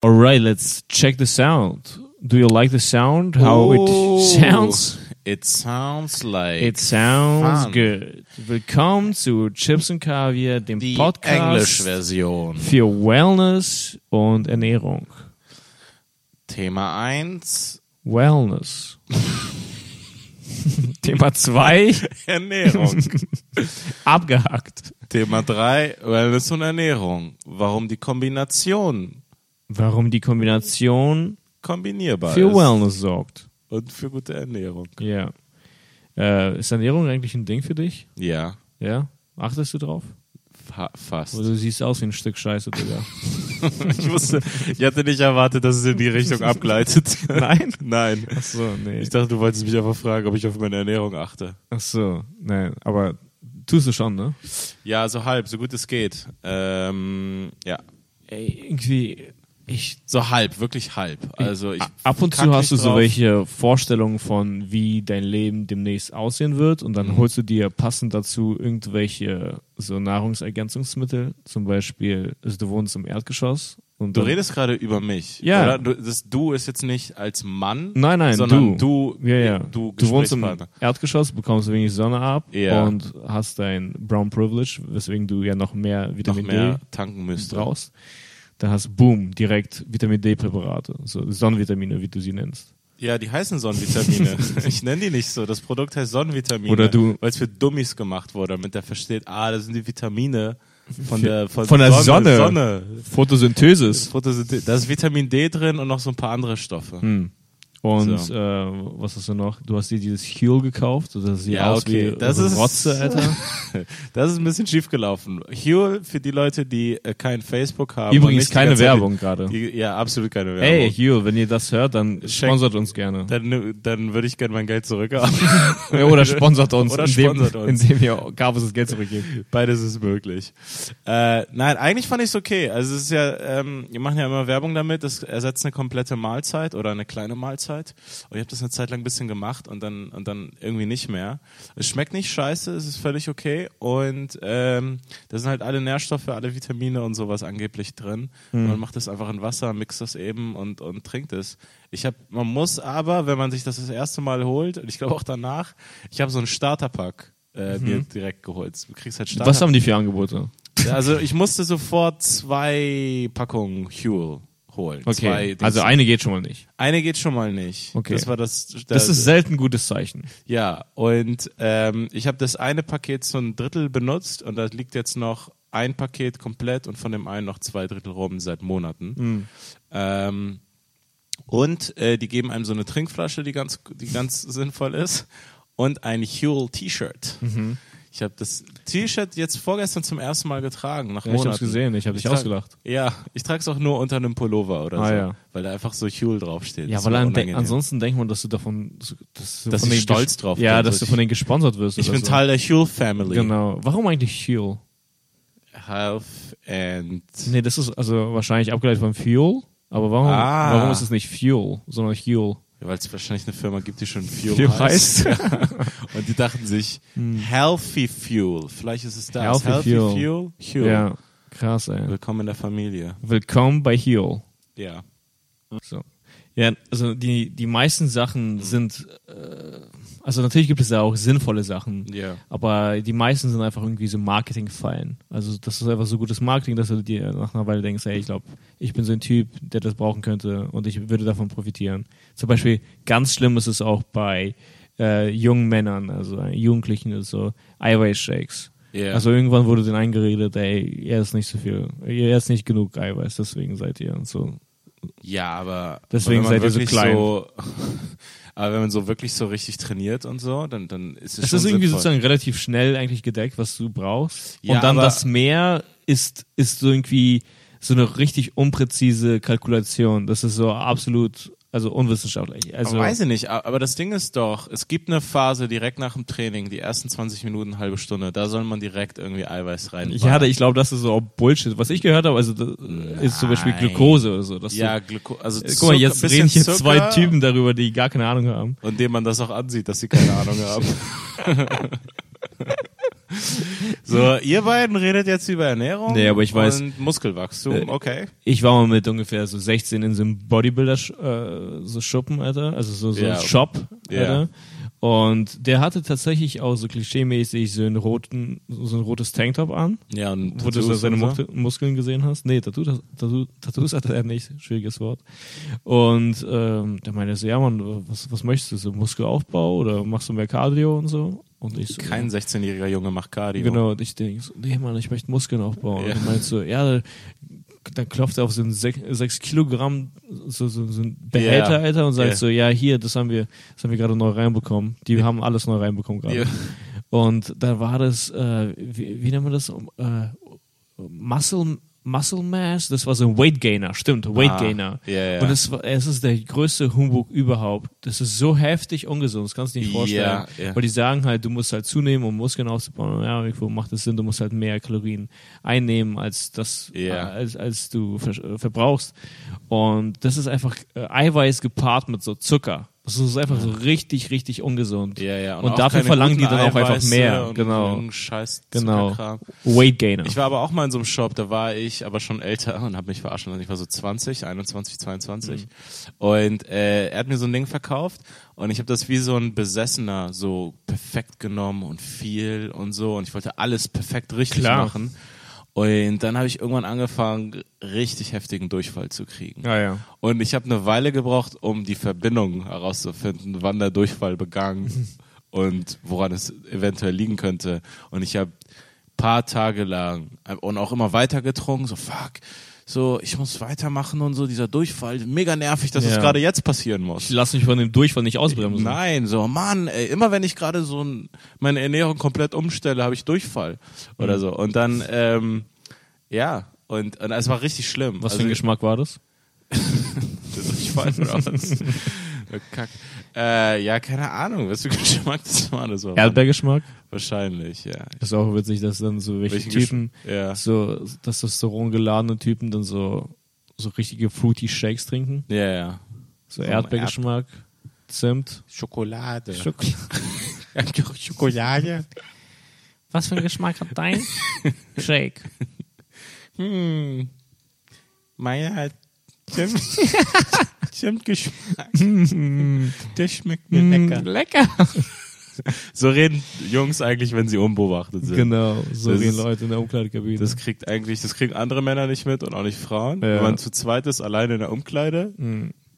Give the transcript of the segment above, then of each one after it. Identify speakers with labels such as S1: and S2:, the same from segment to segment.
S1: All right, let's check the sound. Do you like the sound? How
S2: Oh.
S1: it sounds?
S2: It sounds like
S1: It sounds
S2: fun.
S1: good. Willkommen zu Chips and Caviar, dem
S2: die
S1: Podcast
S2: Englisch-Version.
S1: für Wellness und Ernährung.
S2: Thema 1,
S1: Wellness. Thema 2,
S2: Ernährung.
S1: abgehakt.
S2: Thema 3, Wellness und Ernährung. Warum die Kombination
S1: Warum die Kombination
S2: kombinierbar
S1: für
S2: ist.
S1: Wellness sorgt.
S2: Und für gute Ernährung.
S1: Ja. Äh, ist Ernährung eigentlich ein Ding für dich?
S2: Ja,
S1: Ja? Achtest du drauf?
S2: fa fast.
S1: Oder du siehst aus wie ein Stück Scheiße, Digga.
S2: Ich wusste, ich hatte nicht erwartet, dass es in die Richtung abgleitet. Nein? Nein.
S1: Achso, nee.
S2: Ich dachte, du wolltest mich einfach fragen, ob ich auf meine Ernährung achte.
S1: Achso, nein. Aber tust du schon, ne?
S2: Ja, so halb, so gut es geht. Ähm, ja,
S1: Ey, irgendwie, ich.
S2: so halb, wirklich halb. Also ich
S1: Ab und
S2: kack
S1: zu hast
S2: nicht
S1: du so
S2: drauf.
S1: welche Vorstellungen von, wie dein Leben demnächst aussehen wird und
S2: Mhm.
S1: dann holst du dir passend dazu irgendwelche so Nahrungsergänzungsmittel. Zum Beispiel, also du wohnst im Erdgeschoss und
S2: Du
S1: dann-
S2: redest gerade über mich.
S1: Ja.
S2: Oder? Du, das Du ist jetzt nicht als Mann,
S1: Nein, nein,
S2: sondern du,
S1: Ja, ja.
S2: du,
S1: du wohnst im
S2: Gesprächspartner.
S1: Erdgeschoss, bekommst wenig Sonne ab
S2: Ja.
S1: und hast dein Brown Privilege, weswegen du ja noch mehr
S2: noch
S1: Vitamin
S2: mehr tanken
S1: D
S2: müsste.
S1: brauchst. Dann hast du, boom, direkt Vitamin D-Präparate, so Sonnenvitamine, wie du sie nennst.
S2: Ja, die heißen Sonnenvitamine. ich nenne die nicht so. Das Produkt heißt Sonnenvitamine.
S1: Oder du-
S2: Weil es für Dummies gemacht wurde, damit der versteht, ah, das sind die Vitamine von
S1: Für-
S2: der, von
S1: von der Sonne.
S2: Sonne.
S1: Photosynthesis.
S2: Photosynthese. Da ist Vitamin D drin und noch so ein paar andere Stoffe.
S1: Hm. Und
S2: So.
S1: äh, was hast du noch? Du hast dir dieses Huel gekauft, so dass sie
S2: Ja,
S1: aus
S2: okay.
S1: wie
S2: Das ist-
S1: Rotze, Alter.
S2: Das ist ein bisschen schief gelaufen. Huel, für die Leute, die äh, kein Facebook haben. und
S1: Übrigens
S2: nicht die
S1: keine
S2: ganze Zeit-
S1: Werbung gerade.
S2: Die, ja, absolut keine Werbung.
S1: Ey, Huel, wenn ihr das hört, dann sponsert uns gerne.
S2: Dann, dann würde ich gerne mein Geld zurückhaben.
S1: Ja, Oder sponsert uns,
S2: Oder
S1: indem,
S2: sponsert uns.
S1: indem ihr Gabus das Geld zurückgeben.
S2: Beides ist möglich. Äh, nein, eigentlich fand ich es okay. Also es ist ja, ähm, wir machen ja immer Werbung damit, das ersetzt eine komplette Mahlzeit oder eine kleine Mahlzeit. Und ich habe das eine Zeit lang ein bisschen gemacht und dann und dann irgendwie nicht mehr. Es schmeckt nicht scheiße, es ist völlig okay. Und ähm, da sind halt alle Nährstoffe, alle Vitamine und sowas angeblich drin. Und man macht das einfach in Wasser, mixt das eben und, und trinkt es. Ich habe, man muss aber, wenn man sich das das erste Mal holt, und ich glaube auch danach, ich habe so einen Starterpack. Äh, mir direkt geholt. Du kriegst halt Starter
S1: Was haben die für Angebote?
S2: also ich musste sofort zwei Packungen Huel holen. Zwei
S1: Okay,
S2: Dings.
S1: also eine geht schon mal nicht.
S2: eine geht schon mal nicht.
S1: Okay.
S2: Das war das. da-
S1: Das ist selten gutes Zeichen.
S2: ja und ähm, ich habe das eine Paket so ein Drittel benutzt und da liegt jetzt noch ein Paket komplett und von dem einen noch zwei Drittel rum seit Monaten.
S1: Hm.
S2: Ähm, und äh, die geben einem so eine Trinkflasche, die ganz, die ganz sinnvoll ist. Und ein Huel-T-Shirt.
S1: Mhm.
S2: Ich habe das T-Shirt jetzt vorgestern zum ersten Mal getragen, nach
S1: Ja, ich
S2: Monaten.
S1: hab's gesehen, ich hab dich
S2: trag-
S1: ausgelacht.
S2: Ja, ich trage es auch nur unter einem Pullover oder
S1: Ah,
S2: so,
S1: ja.
S2: weil da einfach so Huel draufsteht.
S1: Ja,
S2: Das
S1: weil
S2: ist mir
S1: an de-
S2: unangenehm.
S1: ansonsten denkt man, dass du davon, dass du
S2: Dass
S1: von
S2: ich
S1: denen
S2: stolz
S1: ges-
S2: drauf
S1: Ja,
S2: bin,
S1: dass
S2: so
S1: du von denen gesponsert wirst.
S2: Ich halt
S1: oder
S2: bin
S1: so.
S2: Teil der Huel-Family.
S1: Genau. Warum eigentlich Huel?
S2: Health and...
S1: Nee, das ist also wahrscheinlich abgeleitet von Fuel. Aber warum,
S2: Ah.
S1: warum ist es nicht Fuel, sondern Huel?
S2: Weil es wahrscheinlich eine Firma gibt, die schon Fuel,
S1: Fuel
S2: heißt. Und die dachten sich, Healthy Fuel. Vielleicht ist es das.
S1: Hm. Healthy Fuel.
S2: Fuel. Huel.
S1: Ja, krass, ey.
S2: Willkommen in der Familie.
S1: Willkommen bei Huel.
S2: Ja.
S1: So. Ja, also die, die meisten
S2: Hm.
S1: Sachen sind, äh, also natürlich gibt es da auch sinnvolle Sachen,
S2: Ja.
S1: aber die meisten sind einfach irgendwie so Marketing-Fallen. Also das ist einfach so gutes Marketing, dass du dir nach einer Weile denkst, ey, ich glaube, ich bin so ein Typ, der das brauchen könnte und ich würde davon profitieren. Zum Beispiel, ganz schlimm ist es auch bei äh, jungen Männern, also Jugendlichen, ist so Eiweißshakes.
S2: Ja.
S1: Also irgendwann wurde denen eingeredet, ey, er ist nicht so viel, er ist nicht genug Eiweiß, deswegen seid ihr so
S2: Ja, aber
S1: Deswegen
S2: wenn man
S1: seid ihr so
S2: wirklich
S1: klein.
S2: So, aber wenn man so wirklich so richtig trainiert und so, dann, dann ist es
S1: Es
S2: schon
S1: ist irgendwie
S2: sinnvoll.
S1: sozusagen relativ schnell eigentlich gedeckt, was du brauchst.
S2: Ja,
S1: und dann
S2: aber-
S1: das Mehr ist, ist so irgendwie so eine richtig unpräzise Kalkulation. Das ist so absolut, also unwissenschaftlich. Also,
S2: aber weiß ich nicht, a- aber das Ding ist doch, es gibt eine Phase direkt nach dem Training, die ersten 20 Minuten, halbe Stunde, da soll man direkt irgendwie Eiweiß rein.
S1: ich hatte, ich glaube, das ist so auch Bullshit. Was ich gehört habe, also das ist zum Beispiel Glukose oder so. Dass
S2: ja,
S1: du,
S2: Gluko also
S1: Äh, guck mal, jetzt
S2: Zucker-
S1: reden hier
S2: bisschen
S1: zwei
S2: Zucker
S1: Typen darüber, die gar keine Ahnung haben.
S2: Und dem man das auch ansieht, dass sie keine Ahnung haben. So, ihr beiden redet jetzt über Ernährung
S1: Nee, aber ich weiß-
S2: und Muskelwachstum,
S1: Äh,
S2: okay.
S1: Ich war mal mit ungefähr so 16 in so einem Bodybuilder äh, so Schuppen, Alter, also so, so
S2: Ja.
S1: Shop,
S2: Ja.
S1: Alter. Und der hatte tatsächlich auch so klischeemäßig so einen roten, so ein rotes Tanktop an,
S2: Ja, und
S1: wo du so
S2: Tattoos
S1: seine
S2: und so.
S1: Muskel- Muskeln gesehen hast. Nee, Tattoo, Tattoo, Tattoos hatte er nicht, schwieriges Wort. Und ähm, der meinte so, ja Mann, was, was möchtest du, so Muskelaufbau oder machst du mehr Cardio und so? Und ich so, ja.
S2: Kein 16-jähriger Junge macht Cardio.
S1: Genau, und ich denke, so, nee, Mann, ich möchte Muskeln aufbauen.
S2: Ja.
S1: Und du meinst so, ja, dann klopft er auf so einen 6 Kilogramm so, so, so einen Behälter,
S2: Ja.
S1: Alter, und sagt
S2: Ja.
S1: so, ja, hier, das haben wir, das haben wir gerade neu reinbekommen. Die haben alles neu reinbekommen gerade.
S2: Ja.
S1: Und da war das, äh, wie, wie nennt man das? Um, Äh, Muscle, Muscle Mass? Das war so ein Weight Gainer, stimmt, Weight
S2: Ah,
S1: Gainer.
S2: ja, ja.
S1: Und es, war, es ist der größte Humbug überhaupt. Das ist so heftig ungesund, das kannst du dir nicht
S2: Ja,
S1: vorstellen.
S2: ja.
S1: Weil die sagen halt, du musst halt zunehmen, um Muskeln aufzubauen. Ja, irgendwo macht es Sinn, du musst halt mehr Kalorien einnehmen, als das,
S2: Ja.
S1: äh, als, als du ver äh, verbrauchst. Und das ist einfach äh, Eiweiß gepaart mit so Zucker. Das ist einfach so richtig, richtig ungesund.
S2: Ja, ja.
S1: Und
S2: auch
S1: dafür
S2: keine
S1: verlangen
S2: guten
S1: die dann auch einfach
S2: Eiweiße
S1: mehr.
S2: Und
S1: Genau.
S2: irgendeinen Scheiß
S1: Genau.
S2: Zuckerkram.
S1: Weight Gainer.
S2: Ich war aber auch mal in so einem Shop, da war ich aber schon älter und habe mich verarschen lassen. Ich war so 20, 21, 22.
S1: Mhm.
S2: Und äh, er hat mir so ein Ding verkauft und ich habe das wie so ein Besessener so perfekt genommen und viel und so. Und ich wollte alles perfekt richtig
S1: Klar.
S2: machen. Und dann habe ich irgendwann angefangen, richtig heftigen Durchfall zu kriegen.
S1: ja, ja.
S2: Und ich habe eine Weile gebraucht, um die Verbindung herauszufinden, wann der Durchfall begangen und woran es eventuell liegen könnte. Und ich habe paar Tage lang äh, und auch immer weiter getrunken, so fuck, so ich muss weitermachen und so dieser Durchfall, mega nervig, dass es
S1: Ja.
S2: gerade jetzt passieren
S1: Ich
S2: muss.
S1: lass mich von dem Durchfall nicht ausbremsen.
S2: Nein, so Mann, ey, immer wenn ich gerade so ein, meine Ernährung komplett umstelle, habe ich Durchfall
S1: Mhm.
S2: oder so. Und dann ähm, ja und, und es war richtig schlimm.
S1: Was
S2: Also
S1: für ein
S2: ich-
S1: Geschmack war das?
S2: ich weiß raus. Oh, Kack. Äh, ja, keine Ahnung, was für Geschmack das war. Das war
S1: Erdbeergeschmack?
S2: wahrscheinlich, ja.
S1: Das ist auch witzig, dass dann so welche
S2: Welchen
S1: Typen,
S2: Gesch- ja.
S1: so Testosteron geladene Typen dann so, so richtige fruity Shakes trinken.
S2: Ja, ja.
S1: So
S2: So
S1: Erdbeergeschmack, Zimt,
S2: Schokolade.
S1: Schokolade.
S2: Schokolade.
S1: Was für ein Geschmack hat dein Shake?
S2: Hm. Meiner hat Zimt, Zimtgeschmack. Der schmeckt mir lecker.
S1: Lecker.
S2: So reden Jungs eigentlich, wenn sie unbeobachtet sind.
S1: Genau, so
S2: Das
S1: die
S2: ist-
S1: Leute in der Umkleidekabine.
S2: Das kriegt eigentlich, das kriegen andere Männer nicht mit und auch nicht Frauen.
S1: Ja. Hm.
S2: Wenn man zu zweit ist, alleine in der Umkleide,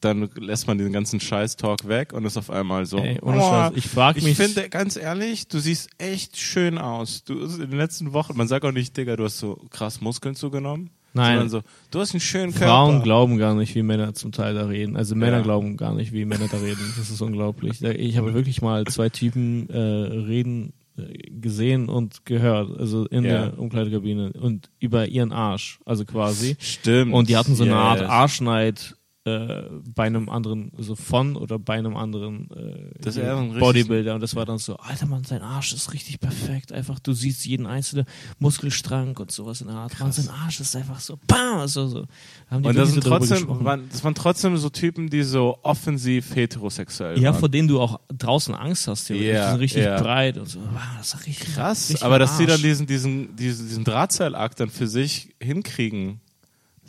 S2: dann lässt man den ganzen Scheiß-Talk weg und ist auf einmal so.
S1: Ey, ohne Scheiß, ich frag mich-
S2: Ich finde, ganz ehrlich, du siehst echt schön aus. Du in den letzten Wochen, man sagt auch nicht, Digga, du hast so krass Muskeln zugenommen.
S1: Nein.
S2: Sondern so, du hast einen schönen
S1: Frauen
S2: Körper.
S1: glauben gar nicht, wie Männer zum Teil da reden. Also Männer
S2: Ja.
S1: glauben gar nicht, wie Männer da reden. Das ist unglaublich. Ich habe wirklich mal zwei Typen äh, reden äh, gesehen und gehört, also in
S2: Ja.
S1: der Umkleidekabine und über ihren Arsch, also quasi.
S2: Stimmt.
S1: Und die hatten so eine
S2: Yes.
S1: Art Arschneid äh, bei einem anderen, so von oder bei einem anderen äh,
S2: Das ist ja so ein richtig-
S1: Bodybuilder. Und das war dann so, Alter Mann, sein Arsch ist richtig perfekt. Einfach, du siehst jeden einzelnen Muskelstrang und sowas in der Art. Mann, sein Arsch ist einfach so, bam, so, so. Haben die
S2: Und
S1: wirklich
S2: das, sind
S1: so drüber
S2: trotzdem,
S1: gesprochen.
S2: waren, das waren trotzdem so Typen, die so offensiv heterosexuell
S1: ja,
S2: waren.
S1: vor denen du auch draußen Angst hast. Die
S2: Ja,
S1: sind richtig
S2: ja.
S1: breit und so. Wow, das ist richtig
S2: Krass,
S1: richtig
S2: aber dass sie
S1: Arsch.
S2: dann diesen, diesen, diesen, diesen Drahtseilakt dann für sich hinkriegen,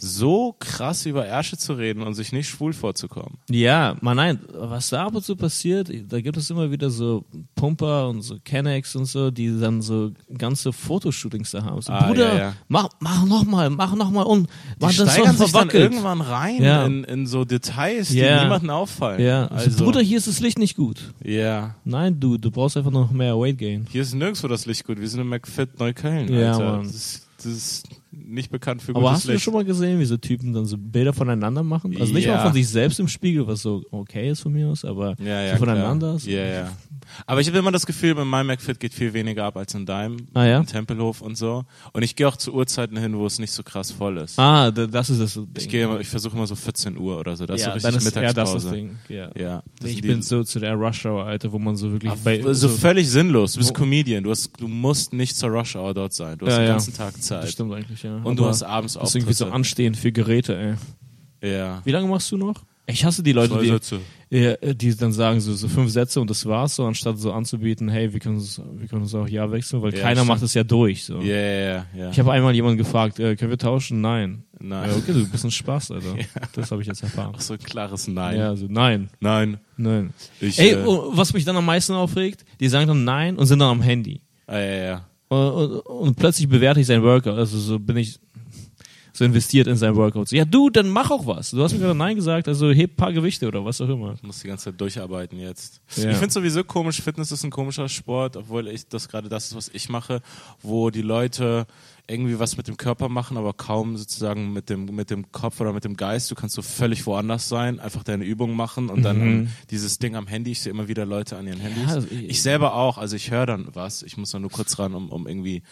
S2: so krass über Ärsche zu reden und sich nicht schwul vorzukommen.
S1: Ja, man nein, was da ab und zu passiert, da gibt es immer wieder so Pumper und so Kennex und so, die dann so ganze Fotoshootings da haben. So,
S2: Ah,
S1: Bruder,
S2: ja, ja.
S1: mach, mach nochmal, mach nochmal und
S2: Die
S1: mach das doch
S2: steigern sich dann
S1: verwackelt.
S2: irgendwann rein
S1: Ja.
S2: in, in so Details, die
S1: Ja.
S2: niemanden auffallen.
S1: ja,
S2: also,
S1: so, Bruder, hier ist das Licht nicht gut.
S2: ja.
S1: Nein, du, du brauchst einfach noch mehr Weight Gain.
S2: Hier ist nirgendwo das Licht gut. Wir sind in McFit Neukölln.
S1: Ja,
S2: Alter.
S1: Mann.
S2: Das, ist, das ist nicht bekannt für
S1: Aber
S2: gutes
S1: hast du
S2: Licht.
S1: schon mal gesehen, wie so Typen dann so Bilder voneinander machen? Also nicht
S2: Ja.
S1: mal von sich selbst im Spiegel, was so okay ist von mir aus, aber
S2: ja, ja,
S1: so voneinander.
S2: klar.
S1: so-
S2: Ja, ja. Aber ich habe immer das Gefühl, bei meinem McFit geht viel weniger ab als in deinem.
S1: Ah, ja?
S2: Im Tempelhof und so. Und ich gehe auch zu Uhrzeiten hin, wo es nicht so krass voll ist.
S1: Ah, da- das ist das Ding.
S2: Ich gehe immer, ich versuche immer so 14 Uhr oder so. Das
S1: ja,
S2: ist so
S1: dann
S2: richtig
S1: ist, ja,
S2: Mittagspause.
S1: das ist das Ding. Ja.
S2: Ja, das
S1: ich
S2: sind die- Ah,
S1: bin so zu der Rush Hour, Alter, wo man so wirklich bei,
S2: so, völlig sinnlos. Du bist
S1: Oh.
S2: Comedian. Du, hast, du musst nicht zur Rush Hour dort sein. Du hast
S1: Ja,
S2: den
S1: ja.
S2: ganzen Tag Zeit.
S1: das stimmt eigentlich, ja.
S2: Und du
S1: Aber
S2: hast abends auch.
S1: das ist irgendwie so anstehend für Geräte, ey.
S2: Ja.
S1: Wie lange machst du noch? Ich hasse die Leute,
S2: Zwei
S1: die,
S2: Sätze.
S1: Ja, äh, die dann sagen so, so fünf Sätze und das war's so, anstatt so anzubieten, hey, wir können uns, wir können uns auch ja wechseln, weil
S2: Ja,
S1: keiner
S2: stimmt.
S1: macht es ja durch. So.
S2: Ja, ja, ja.
S1: Ich habe einmal jemanden gefragt, äh, können wir tauschen? Nein.
S2: Nein.
S1: Ja, okay, du bist ein Spaß, Alter. Das habe ich jetzt erfahren.
S2: Ach so ein klares Nein.
S1: Ja, also nein,
S2: Nein.
S1: nein.
S2: Ich,
S1: Ey,
S2: äh,
S1: und was mich dann am meisten aufregt, die sagen dann nein und sind dann am Handy.
S2: ah, ja, ja.
S1: Und, und, Äh, und plötzlich bewerte ich sein Workout. Also so bin ich so investiert in sein Workout. So, ja, du, dann mach auch was. Du hast mir gerade nein gesagt, also heb ein paar Gewichte oder was auch immer.
S2: Ich muss die ganze Zeit durcharbeiten jetzt.
S1: Ja.
S2: Ich finde sowieso komisch, Fitness ist ein komischer Sport, obwohl ich das gerade das ist, was ich mache, wo die Leute irgendwie was mit dem Körper machen, aber kaum sozusagen mit dem, mit dem Kopf oder mit dem Geist. Du kannst so völlig woanders sein, einfach deine Übung machen und dann ähm, dieses Ding am Handy. Ich sehe immer wieder Leute an ihren Handys.
S1: Mhm. also
S2: ich,
S1: ich-
S2: selber auch, also ich höre dann was. Ich muss dann nur kurz ran, um, um irgendwie.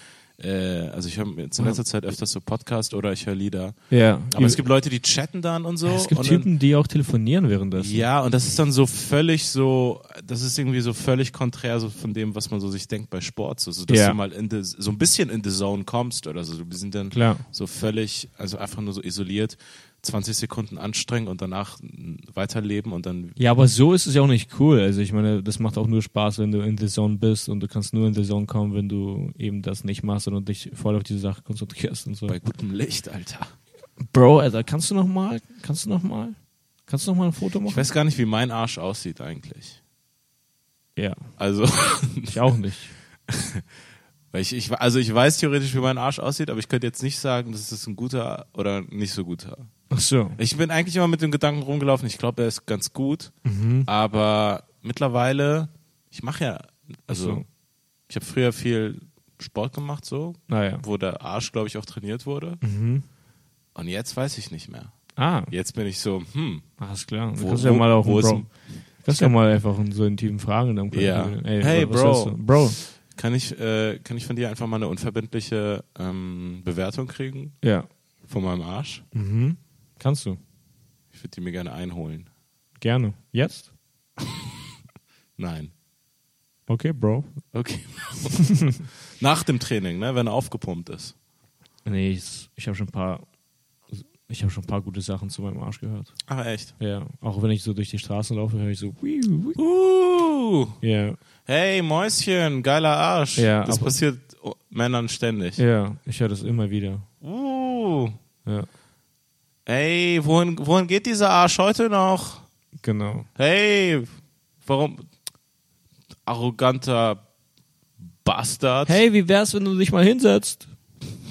S2: Äh, also ich höre jetzt in letzter Zeit öfters so Podcast oder ich höre Lieder.
S1: Ja.
S2: Aber es gibt Leute, die chatten dann und so.
S1: Es gibt
S2: und dann,
S1: Typen, die auch telefonieren währenddessen.
S2: Ja, und das ist dann so völlig so, das ist irgendwie so völlig konträr so von dem, was man so sich denkt bei Sport. So, so dass
S1: Ja.
S2: du mal in the, so ein bisschen in the zone kommst oder so. Wir sind dann
S1: Klar.
S2: so völlig, also einfach nur so isoliert, 20 Sekunden anstrengen und danach mm, weiterleben und dann.
S1: Ja, aber so ist es ja auch nicht cool. Also ich meine, das macht auch nur Spaß, wenn du in the Zone bist und du kannst nur in the Zone kommen, wenn du eben das nicht machst und dich voll auf diese Sache konzentrierst und so.
S2: Bei gutem Licht, Alter.
S1: Bro, Alter, kannst du noch mal? Kannst du noch mal? Kannst du noch mal ein Foto
S2: Ich
S1: machen?
S2: weiß gar nicht, wie mein Arsch aussieht eigentlich.
S1: Ja,
S2: Also,
S1: ich auch nicht.
S2: weil ich, ich, also ich weiß theoretisch, wie mein Arsch aussieht, aber ich könnte jetzt nicht sagen, das ist ein guter oder nicht so guter.
S1: Ach so.
S2: Ich bin eigentlich immer mit dem Gedanken rumgelaufen, ich glaube, er ist ganz gut, aber mittlerweile, ich mache ja, also
S1: Ach so.
S2: ich habe früher viel Sport gemacht, so,
S1: Naja.
S2: wo der Arsch, glaube ich, auch trainiert wurde. Und jetzt weiß ich nicht mehr.
S1: Ah,
S2: Jetzt bin ich so, hm,
S1: alles klar. Du
S2: Wo-
S1: kannst ja
S2: wo-
S1: mal auch
S2: wo
S1: einen
S2: ist
S1: Bro.
S2: ein-
S1: Kannst ja mal einfach in so intimen Fragen dann können.
S2: Ja.
S1: Ey,
S2: Hey,
S1: was
S2: Bro.
S1: hast du? Bro.
S2: kann ich, äh, kann ich von dir einfach mal eine unverbindliche ähm, Bewertung kriegen
S1: Ja.
S2: von meinem Arsch?
S1: Mhm. Kannst du.
S2: Ich würde die mir gerne einholen.
S1: Gerne. Jetzt?
S2: Nein.
S1: Okay, Bro.
S2: Okay. Nach dem Training, ne, wenn er aufgepumpt ist.
S1: Nee, ich, ich habe schon ein paar ich habe schon ein paar gute Sachen zu meinem Arsch gehört.
S2: Ach, echt?
S1: Ja, auch wenn ich so durch die Straßen laufe, höre ich so wiu, wiu.
S2: Uh!
S1: Ja,
S2: Hey, Mäuschen, geiler Arsch.
S1: Ja,
S2: das
S1: aber-
S2: passiert oh, Männern ständig.
S1: ja, ich höre das immer wieder.
S2: Uh,
S1: Ja,
S2: hey, wohin, wohin geht dieser Arsch heute noch?
S1: genau.
S2: Hey, warum? Arroganter Bastard
S1: Hey, wie wär's, wenn du dich mal hinsetzt?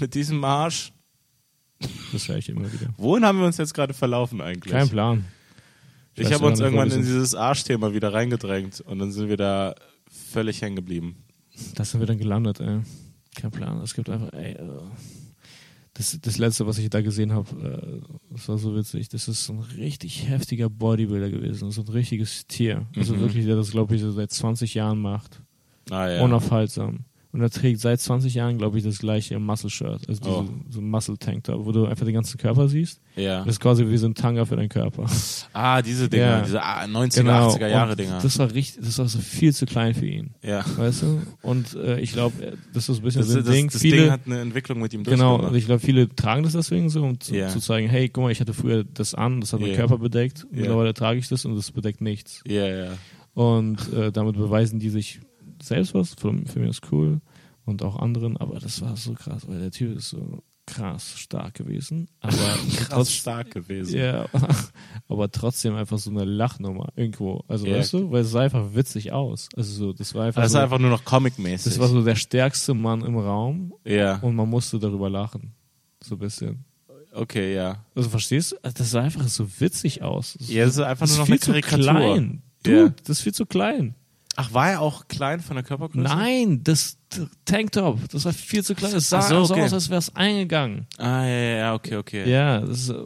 S2: mit diesem Arsch.
S1: Das höre ich immer wieder.
S2: Wohin haben wir uns jetzt gerade verlaufen eigentlich?
S1: Kein Plan.
S2: ich
S1: weiß
S2: habe uns
S1: gar nicht, wo
S2: irgendwann
S1: wir
S2: in
S1: sind.
S2: dieses Arschthema wieder reingedrängt und dann sind wir da völlig hängen geblieben.
S1: Da sind wir dann gelandet, ey. Kein Plan. Es gibt einfach, ey, äh, das, das letzte, was ich da gesehen habe, äh, das war so witzig. Das ist so ein richtig heftiger Bodybuilder gewesen. So ein richtiges Tier. Also
S2: Mhm.
S1: wirklich, der das, glaube ich, so seit 20 Jahren macht.
S2: Ah,
S1: Oh,
S2: ja.
S1: unaufhaltsam. Und er trägt seit 20 Jahren, glaube ich, das gleiche Muscle-Shirt, also diese,
S2: Oh.
S1: so ein Muscle-Tank-Top, wo du einfach den ganzen Körper siehst.
S2: ja.
S1: Das ist quasi wie so ein Tanga für deinen Körper.
S2: ah, diese Dinger,
S1: Ja. Genau.
S2: diese ah, 90er,
S1: Und
S2: 80er Jahre Dinger.
S1: Das war richtig, das war so viel zu klein für ihn,
S2: ja.
S1: weißt du? Und äh, ich glaube, das ist so ein bisschen
S2: Das,
S1: so ein
S2: das,
S1: Ding.
S2: das
S1: viele,
S2: Ding hat eine Entwicklung mit ihm
S1: genau,
S2: durchgemacht.
S1: und ich glaube, viele tragen das deswegen so, um zu,
S2: ne? Ja.
S1: zu zeigen, hey, guck mal, ich hatte früher das an, das hat meinen
S2: Ja.
S1: Körper bedeckt,
S2: Ja.
S1: mittlerweile trage ich das und das bedeckt nichts.
S2: Ja, ja.
S1: Und äh, damit beweisen die sich selbst was. Für, für mich ist cool und auch anderen. Aber das war so krass, weil der Typ ist so krass stark gewesen. Aber
S2: Krass stark gewesen.
S1: ja, aber trotzdem einfach so eine Lachnummer irgendwo. Also
S2: Ja.
S1: weißt du, weil es sah einfach witzig aus. Also so, das war einfach,
S2: Das ist
S1: so,
S2: einfach nur noch comic-mäßig.
S1: das war so der stärkste Mann im Raum
S2: ja,
S1: und man musste darüber lachen. So ein bisschen.
S2: okay, ja.
S1: Also verstehst du? Das sah einfach so witzig aus. Das
S2: Ja, das ist einfach
S1: das
S2: nur
S1: ist
S2: noch
S1: viel
S2: eine
S1: zu
S2: Karikatur.
S1: klein. Dude,
S2: Ja.
S1: das ist viel zu klein.
S2: Ach, war er auch klein von der Körpergröße?
S1: Nein, das T- Tanktop, das war viel zu klein. Es sah
S2: Ach so,
S1: so,
S2: okay.
S1: aus, als wäre es eingegangen.
S2: Ah, ja, ja, ja, okay, okay.
S1: Ja, das, ist, äh,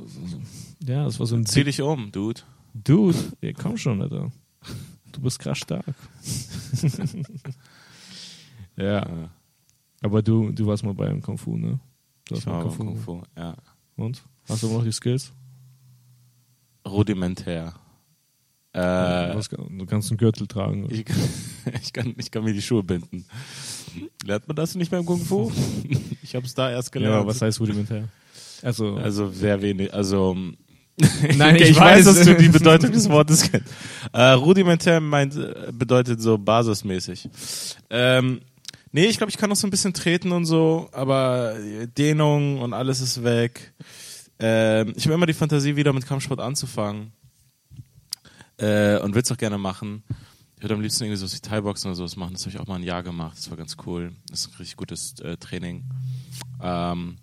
S1: ja, das war so ein
S2: Zieh dich um, Dude.
S1: Dude. Ja, komm schon, Alter. Du bist krass stark. ja,
S2: Ja.
S1: aber du, du warst mal beim Kung Fu, ne? Du warst
S2: Ich war
S1: mal
S2: beim
S1: Kung Fu.
S2: Kung Fu. Ja.
S1: Und? Hast du immer noch die Skills?
S2: Rudimentär.
S1: du,
S2: Äh,
S1: hast, du kannst einen Gürtel tragen.
S2: ich, kann, ich, kann, ich kann mir die Schuhe binden. Lernt man das nicht beim Kung Fu? Ich habe es da erst
S1: ja,
S2: gelernt. Äh.
S1: aber was heißt rudimentär? Also,
S2: Also sehr wenig. Also
S1: Nein,
S2: okay,
S1: ich
S2: ich, weiß,
S1: weiß.
S2: dass du die Bedeutung des Wortes kennst. Äh, rudimentär meint, äh, bedeutet so basismäßig. Ähm, nee, ich glaube, ich kann noch so ein bisschen treten und so, aber äh, Dehnung und alles ist weg. Ähm, ich habe immer die Fantasie, wieder mit Kampfsport anzufangen. Äh, und würde es auch gerne machen. Ich würde am liebsten irgendwie so Thai-Boxen oder sowas machen. Das habe ich auch mal ein Jahr gemacht. Das war ganz cool. Das ist ein richtig gutes äh, Training. Ähm,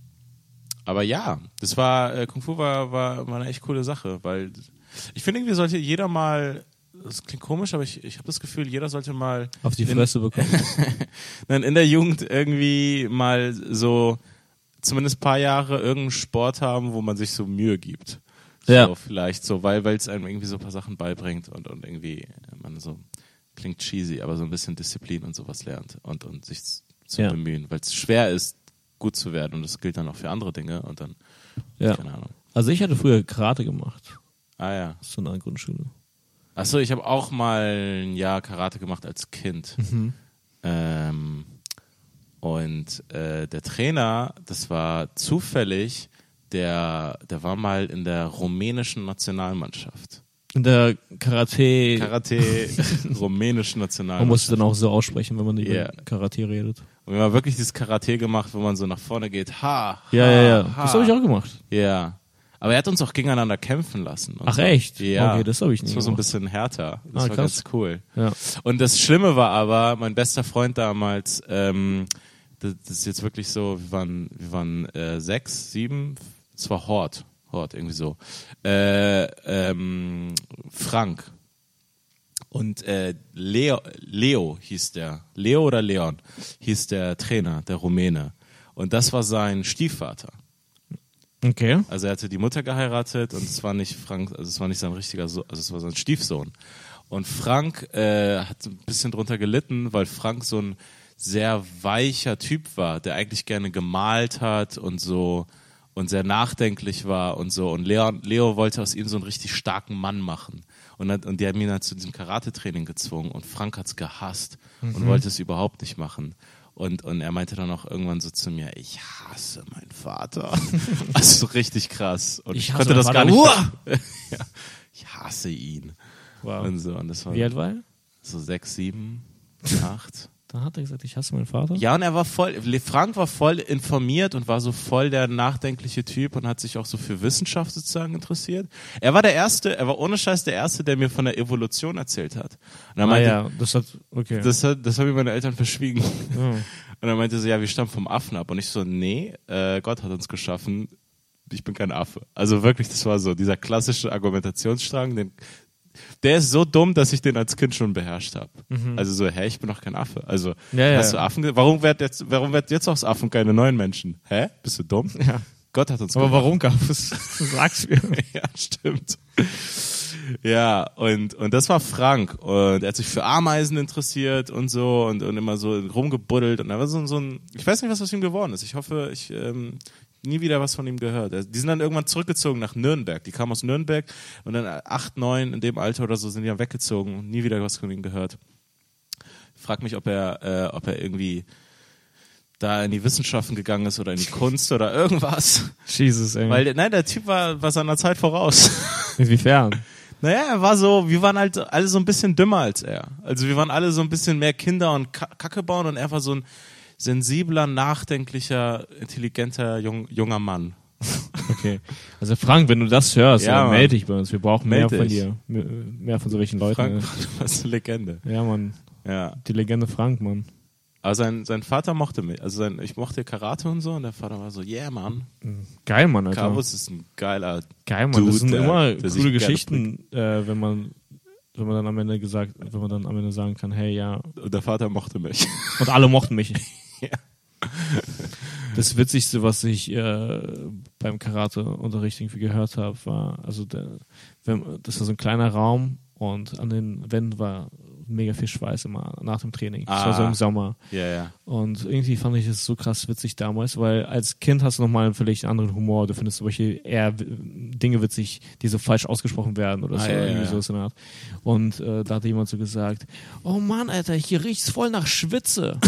S2: aber ja, das war, äh, Kung Fu war, war, war eine echt coole Sache, weil ich finde irgendwie sollte jeder mal, das klingt komisch, aber ich, ich habe das Gefühl, jeder sollte mal
S1: Auf die
S2: in-
S1: Fresse bekommen.
S2: dann in der Jugend irgendwie mal so zumindest ein paar Jahre irgendeinen Sport haben, wo man sich so Mühe gibt.
S1: Ja.
S2: So, vielleicht so, weil es einem irgendwie so ein paar Sachen beibringt und, und irgendwie man so, klingt cheesy, aber so ein bisschen Disziplin und sowas lernt und, und sich z- zu
S1: Ja.
S2: bemühen, weil es schwer ist, gut zu werden und das gilt dann auch für andere Dinge und dann,
S1: Ja.
S2: keine Ahnung.
S1: Also ich hatte früher Karate gemacht,
S2: Ah ja.
S1: so in der Grundschule.
S2: Achso, ich habe auch mal ein Jahr Karate gemacht als Kind.
S1: Hm.
S2: Ähm, und äh, der Trainer, das war zufällig, der, der war mal in der rumänischen Nationalmannschaft.
S1: In der Karate,
S2: Karate, rumänische
S1: man muss es
S2: Nationalmannschaft.
S1: dann auch so aussprechen, wenn man über
S2: Ja.
S1: Karate redet.
S2: Und wir haben wirklich dieses Karate gemacht, wo man so nach vorne geht. Ha, ha
S1: Ja, ja, ja.
S2: Ha.
S1: Das habe ich auch gemacht.
S2: Ja. Aber er hat uns auch gegeneinander kämpfen lassen. und
S1: Ach,
S2: so.
S1: echt?
S2: Ja.
S1: Okay, das habe ich
S2: Das
S1: nie
S2: war so ein
S1: gemacht.
S2: bisschen härter. Das
S1: Ah,
S2: war
S1: krass.
S2: ganz cool.
S1: Ja.
S2: Und das Schlimme war aber, mein bester Freund damals, ähm, das, das ist jetzt wirklich so, wir waren, wir waren äh, sechs, sieben, es war Hort, Hort, irgendwie so. Äh, ähm, Frank. Und äh, Leo, Leo hieß der, Leo oder Leon hieß der Trainer, der Rumäne. Und das war sein Stiefvater.
S1: Okay.
S2: Also er hatte die Mutter geheiratet und es war nicht Frank, also es war nicht sein richtiger Sohn, also es war sein Stiefsohn. Und Frank äh, hat ein bisschen drunter gelitten, weil Frank so ein sehr weicher Typ war, der eigentlich gerne gemalt hat und so und sehr nachdenklich war und so. Und Leon, Leo wollte aus ihm so einen richtig starken Mann machen. Und, hat, und die haben ihn halt zu diesem Karate-Training gezwungen und Frank hat's gehasst und wollte es überhaupt nicht machen. Und, und er meinte dann auch irgendwann so zu mir, ich hasse meinen Vater. Also so richtig krass. Und ich,
S1: Ich hasse
S2: konnte das
S1: meinen
S2: gar nicht.
S1: Vater.
S2: ja, ich hasse ihn.
S1: Wow.
S2: Und so, und das war
S1: Wie alt war er?
S2: so sechs, sieben, acht.
S1: Dann hat er gesagt, ich hasse meinen Vater.
S2: Ja, und er war voll, Le- Frank war voll informiert und war so voll der nachdenkliche Typ und hat sich auch so für Wissenschaft sozusagen interessiert. Er war der Erste, er war ohne Scheiß der Erste, der mir von der Evolution erzählt hat. Und er
S1: ah,
S2: meinte,
S1: ja. Das hat, okay.
S2: das, hat, das haben mir meine Eltern verschwiegen.
S1: Ja.
S2: Und er meinte so, ja, wir stammen vom Affen ab. Und ich so, nee, äh, Gott hat uns geschaffen. Ich bin kein Affe. Also wirklich, das war so dieser klassische Argumentationsstrang. Den, der ist so dumm, dass ich den als Kind schon beherrscht habe. Also so, hä, ich bin doch kein Affe. Also,
S1: Mhm. Ja,
S2: hast
S1: ja.
S2: du Affen? ge- Warum wird jetzt, warum wird jetzt aus Affen keine neuen Menschen? Hä? Bist du dumm?
S1: Ja.
S2: Gott hat uns
S1: Aber
S2: geschaffen
S1: warum gab es? Sag's mir.
S2: ja, stimmt. Ja, und, und das war Frank. Und er hat sich für Ameisen interessiert und so und, und immer so rumgebuddelt. Und er war so, ein- so ein, ich weiß nicht, was aus ihm geworden ist. Ich hoffe, ich ähm, nie wieder was von ihm gehört. Er- Die sind dann irgendwann zurückgezogen nach Nürnberg. Die kamen aus Nürnberg und dann äh, acht, neun in dem Alter oder so sind die dann weggezogen und nie wieder was von ihm gehört. Frag mich, ob er, äh, ob er irgendwie da in die Wissenschaften gegangen ist oder in die Kunst oder irgendwas.
S1: Jesus, ey.
S2: Weil, der- nein, der Typ war, war seiner Zeit voraus.
S1: Inwiefern?
S2: Naja, er war so, wir waren halt alle so ein bisschen dümmer als er. Also wir waren alle so ein bisschen mehr Kinder und Ka- Kacke bauen und er war so ein sensibler, nachdenklicher, intelligenter jung, junger Mann.
S1: Okay. Also Frank, wenn du das hörst,
S2: Ja,
S1: dann
S2: Mann.
S1: melde dich bei uns. Wir brauchen mehr
S2: Meld
S1: von
S2: dich.
S1: dir. Mehr- Mehr von solchen Leuten. ne?
S2: Frank war eine Legende.
S1: Ja, Mann.
S2: Ja.
S1: Die Legende Frank, Mann.
S2: Aber sein, sein Vater mochte mich. Also sein, ich mochte Karate und so und der Vater war so, yeah, Mann.
S1: Geil, Mann, Alter.
S2: Carbus ist ein geiler.
S1: Geil, Mann.
S2: Dude,
S1: das sind
S2: der-
S1: immer
S2: der sich
S1: coole
S2: gerne
S1: Geschichten, äh, wenn man wenn man dann am Ende gesagt, wenn man dann am Ende sagen kann, hey, ja,
S2: Und der Vater mochte mich.
S1: und alle mochten mich.
S2: Ja.
S1: Das Witzigste, was ich äh, beim Karate-Unterricht irgendwie gehört habe, war, also der, wenn, das war so ein kleiner Raum und an den Wänden war mega viel Schweiß immer nach dem Training. Das war so
S2: Ah.
S1: im Sommer.
S2: Ja, ja.
S1: Und irgendwie fand ich das so krass witzig damals, weil als Kind hast du nochmal einen völlig anderen Humor. Du findest zum Beispiel eher w- Dinge witzig, die so falsch ausgesprochen werden oder
S2: Ah,
S1: so.
S2: ja,
S1: irgendwie
S2: ja.
S1: sowas in der Art. Und äh, da hat jemand so gesagt, oh Mann, Alter, hier riecht's voll nach Schwitze.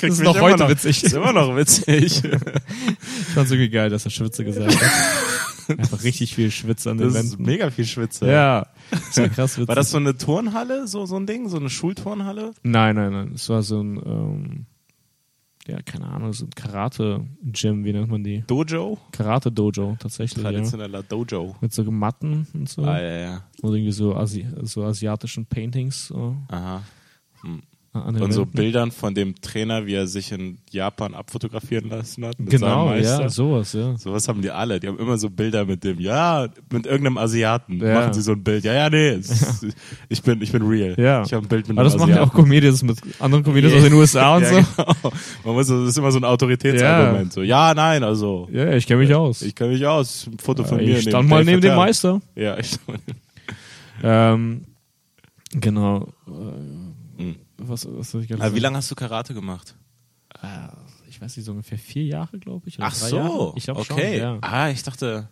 S2: Das,
S1: ist noch heute witzig.
S2: Ist immer noch witzig.
S1: Ich fand so geil, dass er Schwitze gesagt hat. Einfach richtig viel Schwitz an den
S2: Das ist
S1: Wänden.
S2: mega viel Schwitze.
S1: Ja, das war krass witzig.
S2: War das so eine Turnhalle, so, so ein Ding, so eine Schulturnhalle?
S1: nein, nein, nein. Es war so ein, ähm, ja, keine Ahnung, so ein Karate-Gym, wie nennt man die?
S2: Dojo?
S1: Karate-Dojo tatsächlich, ja.
S2: Traditioneller Dojo.
S1: Mit so Matten und so.
S2: Ah, ja, ja.
S1: Oder irgendwie so, Asi so asiatischen Paintings so, äh,
S2: Aha.
S1: an den
S2: Ah, Und so
S1: Wänden.
S2: Bildern von dem Trainer, wie er sich in Japan abfotografieren lassen hat. Mit seinem
S1: Genau,
S2: Meister.
S1: ja, sowas, ja.
S2: Sowas haben die alle. Die haben immer so Bilder mit dem, ja, mit irgendeinem Asiaten.
S1: Ja.
S2: Machen sie so ein Bild. Ja, ja, nee. es ist- Ich bin, ich bin real.
S1: Ja.
S2: Ich habe ein Bild mit
S1: Aber das
S2: einem
S1: machen ja auch
S2: Asiaten.
S1: Comedians mit anderen Comedians aus den USA und
S2: ja,
S1: so.
S2: Genau. Man muss, das ist immer so ein Autoritätsargument. So, ja, nein, also.
S1: Ja, ich kenne mich aus.
S2: Ich kenne mich aus. Ein Foto von
S1: Äh,
S2: mir.
S1: ich stand mal
S2: Dave
S1: neben dem
S2: Attell.
S1: Meister.
S2: Ja, ich stand mal neben
S1: Ähm, genau. Äh,
S2: Mhm.
S1: Was, was soll ich gerade
S2: Aber
S1: sagen?
S2: wie lange hast du Karate gemacht?
S1: Äh, Ich weiß nicht, so ungefähr vier Jahre, glaube ich. oder
S2: Ach
S1: drei
S2: so,
S1: Jahre. Ich glaube
S2: okay.
S1: schon, ja.
S2: Ah, ich dachte,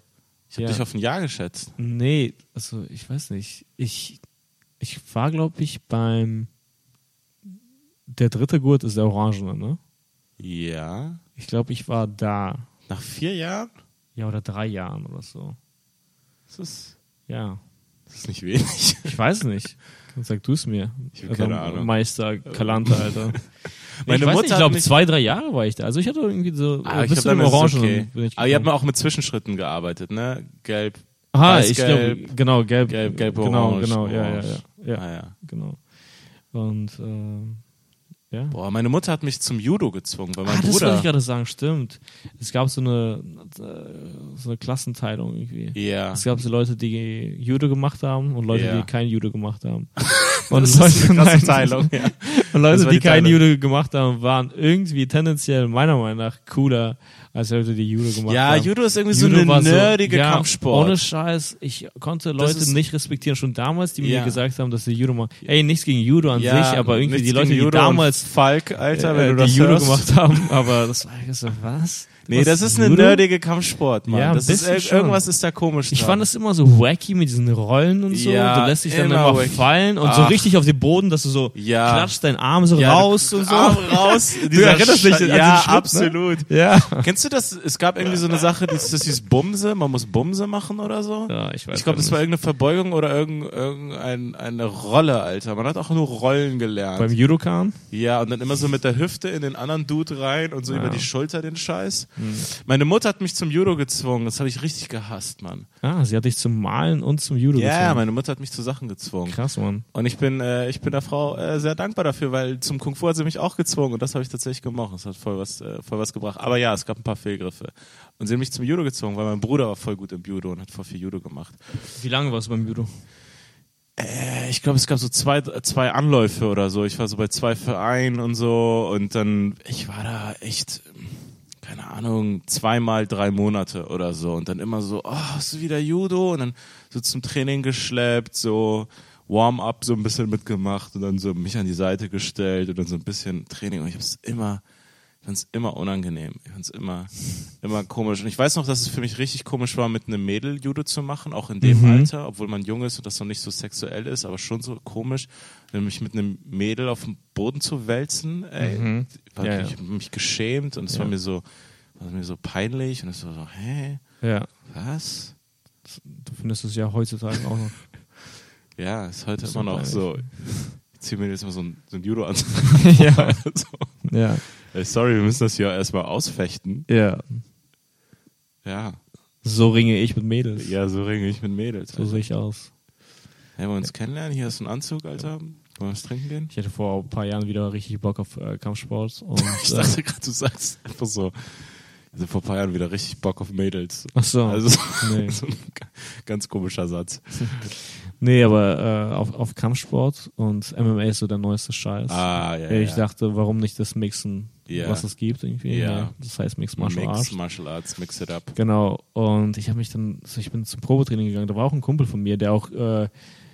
S2: ich habe
S1: Ja.
S2: dich auf ein Jahr geschätzt.
S1: Nee, also ich weiß nicht. Ich, ich war, glaube ich, beim... Der dritte Gurt ist der Orangene, ne?
S2: Ja.
S1: Ich glaube, ich war da.
S2: Nach vier Jahren?
S1: Ja, oder drei Jahren oder so.
S2: Das ist,
S1: Ja.
S2: das ist nicht wenig.
S1: Ich weiß nicht. Dann sag du es mir. Also
S2: Ich hab keine Ahnung.
S1: Meister Kalanta, Alter.
S2: Meine
S1: ich weiß
S2: Mutter
S1: nicht, ich
S2: hat
S1: glaube,
S2: mich-
S1: zwei, drei Jahre war ich da. Also ich hatte irgendwie so.
S2: Ah, ich
S1: bis
S2: glaub,
S1: zu
S2: dann
S1: dem
S2: ist es
S1: Orangen
S2: okay.
S1: bin ich
S2: Aber ihr habt
S1: gekommen.
S2: mal auch mit Zwischenschritten gearbeitet, ne? Gelb,
S1: Aha,
S2: weiß,
S1: Ah, ich glaube,
S2: gelb,
S1: genau, gelb,
S2: gelb, gelb,
S1: genau,
S2: orange.
S1: genau, ja, ja,
S2: orange.
S1: ja, ja,
S2: Ah, ja.
S1: genau. Und ähm, ja.
S2: Boah, meine Mutter hat mich zum Judo gezwungen, weil
S1: ah,
S2: mein
S1: das wollte ich
S2: Bruder.
S1: gerade sagen, stimmt. Es gab so eine äh, so eine Klassenteilung irgendwie.
S2: Ja.
S1: Es gab so Leute, die Judo gemacht haben und Leute,
S2: Ja.
S1: die kein Judo gemacht haben. Und
S2: Das ist eine krasse
S1: nein,
S2: Teilung. Ja.
S1: Und
S2: Das
S1: Leute,
S2: war
S1: die
S2: die
S1: kein
S2: Teilung.
S1: Judo gemacht haben, waren irgendwie tendenziell meiner Meinung nach cooler als Leute, die Judo gemacht
S2: ja,
S1: haben.
S2: Judo ist irgendwie so
S1: war
S2: eine nerdige
S1: ja,
S2: Kampfsport.
S1: Ohne Scheiß, ich konnte
S2: Das
S1: Leute
S2: ist-
S1: nicht respektieren, schon damals, die
S2: Ja.
S1: mir gesagt haben, dass sie Judo machen. Ey, nichts gegen Judo an
S2: ja,
S1: sich, aber irgendwie
S2: nichts
S1: die Leute,
S2: gegen
S1: die
S2: Judo
S1: damals
S2: und Falk, Alter, wenn
S1: äh,
S2: du das
S1: die Judo
S2: hörst.
S1: gemacht haben, aber das war ich so, was?
S2: Nee,
S1: was,
S2: das ist eine
S1: Judo?
S2: nerdige Kampfsport, Mann.
S1: Ja, ein
S2: das ist,
S1: bisschen
S2: ir-
S1: schon.
S2: irgendwas ist da komisch.
S1: Ich
S2: dran.
S1: fand es immer so wacky mit diesen Rollen und so.
S2: Ja,
S1: du lässt dich dann
S2: immer
S1: einfach
S2: wacky.
S1: fallen und so
S2: Ach.
S1: richtig auf den Boden, dass du so
S2: Ja.
S1: klatscht deinen Arm so
S2: Ja,
S1: raus
S2: du-
S1: und so.
S2: Arm raus.
S1: Du erinnerst dich an diesen
S2: Ja,
S1: Schritt, ne?
S2: absolut.
S1: Ja.
S2: Kennst du das? Es gab irgendwie so eine Sache, die, das hieß Bumse. Man muss Bumse machen oder so.
S1: ja ich weiß
S2: Ich glaube, das war irgendeine Verbeugung oder irgend- irgendein- eine Rolle, Alter. Man hat auch nur Rollen
S1: beim
S2: gelernt.
S1: Judokan.
S2: Ja, und dann immer so mit der Hüfte in den anderen Dude rein und so
S1: Ja. Mhm.
S2: über die Schulter den Scheiß. Meine Mutter hat mich zum Judo gezwungen. Das habe ich richtig gehasst, Mann.
S1: Ah, sie hat dich zum Malen und zum Judo
S2: Ja,
S1: gezwungen.
S2: meine Mutter hat mich zu Sachen gezwungen.
S1: Krass, Mann.
S2: Und ich bin, äh, ich bin der Frau äh, sehr dankbar dafür, weil zum Kung Fu hat sie mich auch gezwungen und das habe ich tatsächlich gemacht. Das hat voll was, äh, voll was gebracht. Aber ja, es gab ein paar Fehlgriffe. Und sie haben mich zum Judo gezwungen, weil mein Bruder war voll gut im Judo und hat voll viel Judo gemacht.
S1: Wie lange warst du beim Judo?
S2: Äh, ich glaube, es gab so zwei, zwei Anläufe oder so. Ich war so bei zwei Vereinen und so und dann, ich war da echt, keine Ahnung, zweimal drei Monate oder so und dann immer so, oh, hast du wieder Judo? Und dann so zum Training geschleppt, so Warm-up so ein bisschen mitgemacht und dann so mich an die Seite gestellt und dann so ein bisschen Training und ich hab's immer, ich fand's immer unangenehm. Ich fand's immer, immer komisch. Und ich weiß noch, dass es für mich richtig komisch war, mit einem Mädel Judo zu machen, auch in dem
S1: Mhm.
S2: Alter, obwohl man jung ist und das noch nicht so sexuell ist, aber schon so komisch, mich mit einem Mädel auf den Boden zu wälzen, ey.
S1: Mhm.
S2: War
S1: Ja, ja.
S2: ich hab mich geschämt und es
S1: Ja.
S2: war mir so, war mir so peinlich und es war so, hä,
S1: Ja.
S2: was?
S1: Du findest es ja heutzutage auch noch.
S2: Ja, ist heute
S1: Ist so
S2: immer noch
S1: peinlich.
S2: so. Ich zieh mir jetzt mal so ein, so ein Judo an.
S1: ja.
S2: so.
S1: Ja.
S2: ey, sorry, wir müssen das hier erstmal ausfechten.
S1: Ja.
S2: Ja,
S1: So ringe ich mit Mädels.
S2: ja, so ringe ich mit Mädels.
S1: So sehe ich aus.
S2: Hey, wollen wir uns kennenlernen? Hier ist ein Anzug, Alter. Wollen wir was trinken gehen?
S1: Ich hatte vor ein paar Jahren wieder richtig Bock auf äh, Kampfsport. Und,
S2: Ich
S1: äh,
S2: dachte gerade, du sagst einfach so. Ich hatte vor ein paar Jahren wieder richtig Bock auf Mädels.
S1: ach so.
S2: Also,
S1: nee.
S2: so ein ga- ganz komischer Satz.
S1: nee, aber äh, auf, auf Kampfsport und MMA ist so der neueste Scheiß.
S2: Ah, ja.
S1: ich
S2: ja.
S1: dachte, warum nicht das Mixen,
S2: Ja.
S1: was es gibt irgendwie.
S2: Ja.
S1: Das heißt Mix Martial
S2: mix,
S1: Arts.
S2: Martial Arts, mix it up.
S1: Genau, und ich habe mich dann, so ich bin zum Probetraining gegangen, da war auch ein Kumpel von mir, der auch äh,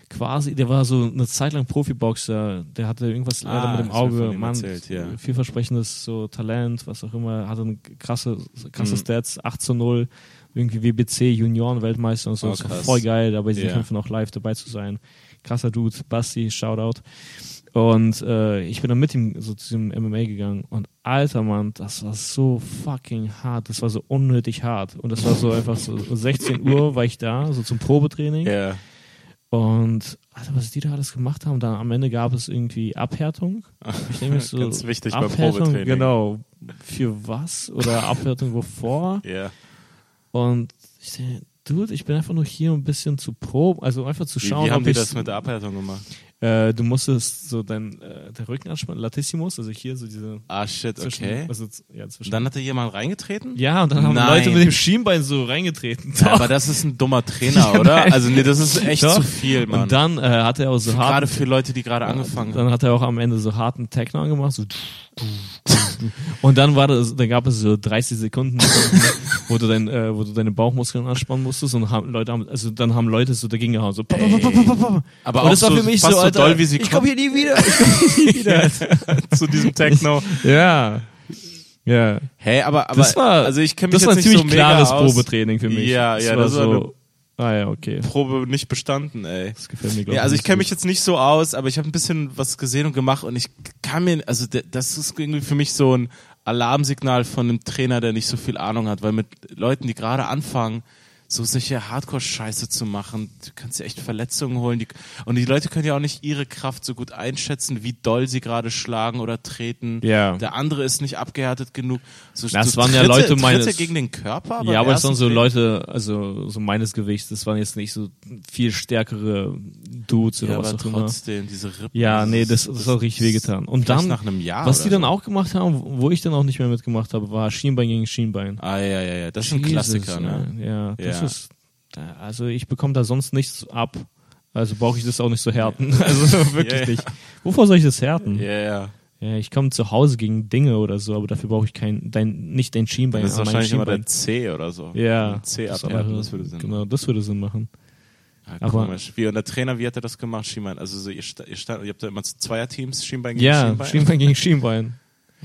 S1: quasi, der war so eine Zeit lang Profiboxer, der hatte irgendwas
S2: Ah,
S1: leider mit dem
S2: hast du mir
S1: Auge,
S2: von ihm
S1: Mann,
S2: erzählt, ja.
S1: vielversprechendes so Talent, was auch immer, hatte ein krasse, krasse
S2: Mhm.
S1: Stats, 8 zu 0, irgendwie WBC Junioren-Weltmeister und so.
S2: Oh,
S1: das war
S2: krass.
S1: voll geil, da bei diesen
S2: Ja.
S1: Kämpfen auch live dabei zu sein. Krasser Dude, Basti, Shoutout. Und äh, ich bin dann mit ihm so zu diesem MMA gegangen und alter Mann, das war so fucking hart, das war so unnötig hart. Und das war so einfach so 16 Uhr war ich da, so zum Probetraining.
S2: Ja.
S1: Und Alter, was die da alles gemacht haben, dann am Ende gab es irgendwie Abhärtung. Ich denke mir so,
S2: Ganz wichtig beim
S1: Abhärtung,
S2: Probetraining.
S1: Genau. Für was? Oder Abhärtung wovor?
S2: Ja.
S1: Und ich denke, dude, ich bin einfach nur hier, um ein bisschen zu proben, also einfach zu
S2: Wie,
S1: schauen,
S2: wie haben
S1: ob
S2: die
S1: ich,
S2: das mit der Abhärtung gemacht?
S1: äh, du musstest so dein, äh, der Rücken anspannen, Latissimus, also hier so diese
S2: Ah, shit,
S1: zwischen,
S2: okay.
S1: also z- ja, zwischen.
S2: Und dann hat da jemand reingetreten?
S1: ja, und dann haben
S2: Nein.
S1: Leute mit dem Schienbein so reingetreten.
S2: Ja, aber das ist ein dummer Trainer,
S1: Ja,
S2: oder?
S1: nein.
S2: Also nee, das ist echt
S1: Doch.
S2: zu viel, Mann.
S1: und dann äh, hat er auch so hart
S2: Gerade für Leute, die gerade angefangen haben.
S1: Dann hat er auch am Ende so harten Techno angemacht. So und dann war das, dann gab es so 30 Sekunden, wo du, dein, äh, wo du deine Bauchmuskeln anspannen musstest und haben Leute haben, also dann haben Leute so dagegen gehauen. So.
S2: Aber
S1: und das
S2: auch
S1: war
S2: so-
S1: für mich
S2: fast
S1: so,
S2: so
S1: Alter,
S2: doll, wie sie
S1: ich komme hier nie wieder. Ich komm hier nie wieder.
S2: zu diesem Techno.
S1: ja. Ja.
S2: Hey, aber, aber
S1: Das war-
S2: also ich kenne mich
S1: Das war
S2: jetzt
S1: ein
S2: nicht
S1: ziemlich
S2: so mega
S1: klares
S2: aus.
S1: Probetraining für mich.
S2: Ja, ja,
S1: war
S2: das war
S1: so. Ah ja, okay.
S2: Probe nicht bestanden, ey.
S1: Das gefällt mir, glaub
S2: Ja, also
S1: nicht
S2: ich kenne
S1: so
S2: mich jetzt nicht so aus, aber ich habe ein bisschen was gesehen und gemacht und ich kann mir, also d- das ist irgendwie für mich so ein Alarmsignal von einem Trainer, der nicht so viel Ahnung hat, weil mit Leuten, die gerade anfangen, so solche Hardcore-Scheiße zu machen, du kannst dir echt Verletzungen holen. Die, und die Leute können ja auch nicht ihre Kraft so gut einschätzen, wie doll sie gerade schlagen oder treten.
S1: Ja.
S2: Der andere ist nicht abgehärtet genug. So,
S1: Das
S2: so
S1: waren ja
S2: Tritte-
S1: Leute meines-
S2: Tritte gegen den Körper? beim
S1: Ja, aber es
S2: ersten
S1: waren so
S2: Training?
S1: Leute, also so meines Gewichts, das waren jetzt nicht so viel stärkere Dudes oder
S2: Ja,
S1: was
S2: aber
S1: auch immer.
S2: trotzdem, diese Rippen.
S1: Ja, nee, das, das hat richtig wehgetan. Und
S2: Vielleicht
S1: dann,
S2: nach einem Jahr
S1: was die
S2: oder
S1: dann
S2: so.
S1: auch gemacht haben, wo ich dann auch nicht mehr mitgemacht habe, war Schienbein gegen Schienbein.
S2: Ah, ja, ja, ja, das ist schon ein
S1: Jesus,
S2: Klassiker, ne?
S1: ey. Ja, das
S2: Ja.
S1: ist, da- also ich bekomme da sonst nichts ab. Also brauche ich das auch nicht so härten. Also wirklich
S2: Ja, ja.
S1: nicht. Wovor soll ich das härten?
S2: Ja, ja.
S1: Ja, ich komme zu Hause gegen Dinge oder so, aber dafür brauche ich kein, dein, nicht dein Schienbein.
S2: Das ist
S1: aber mein
S2: wahrscheinlich immer
S1: Schienbein.
S2: der C oder so.
S1: Ja.
S2: Ein C
S1: das
S2: abhärten,
S1: war-
S2: das würde Sinn machen.
S1: Genau, das würde Sinn machen.
S2: Ja,
S1: Aber-
S2: komisch. Wie, und der Trainer, wie hat er das gemacht, Schienbein? Also, so, ihr, sta- ihr, stand, ihr habt da immer so Zweierteams, Schienbein gegen
S1: Ja,
S2: Schienbein.
S1: Schienbein, gegen Schienbein.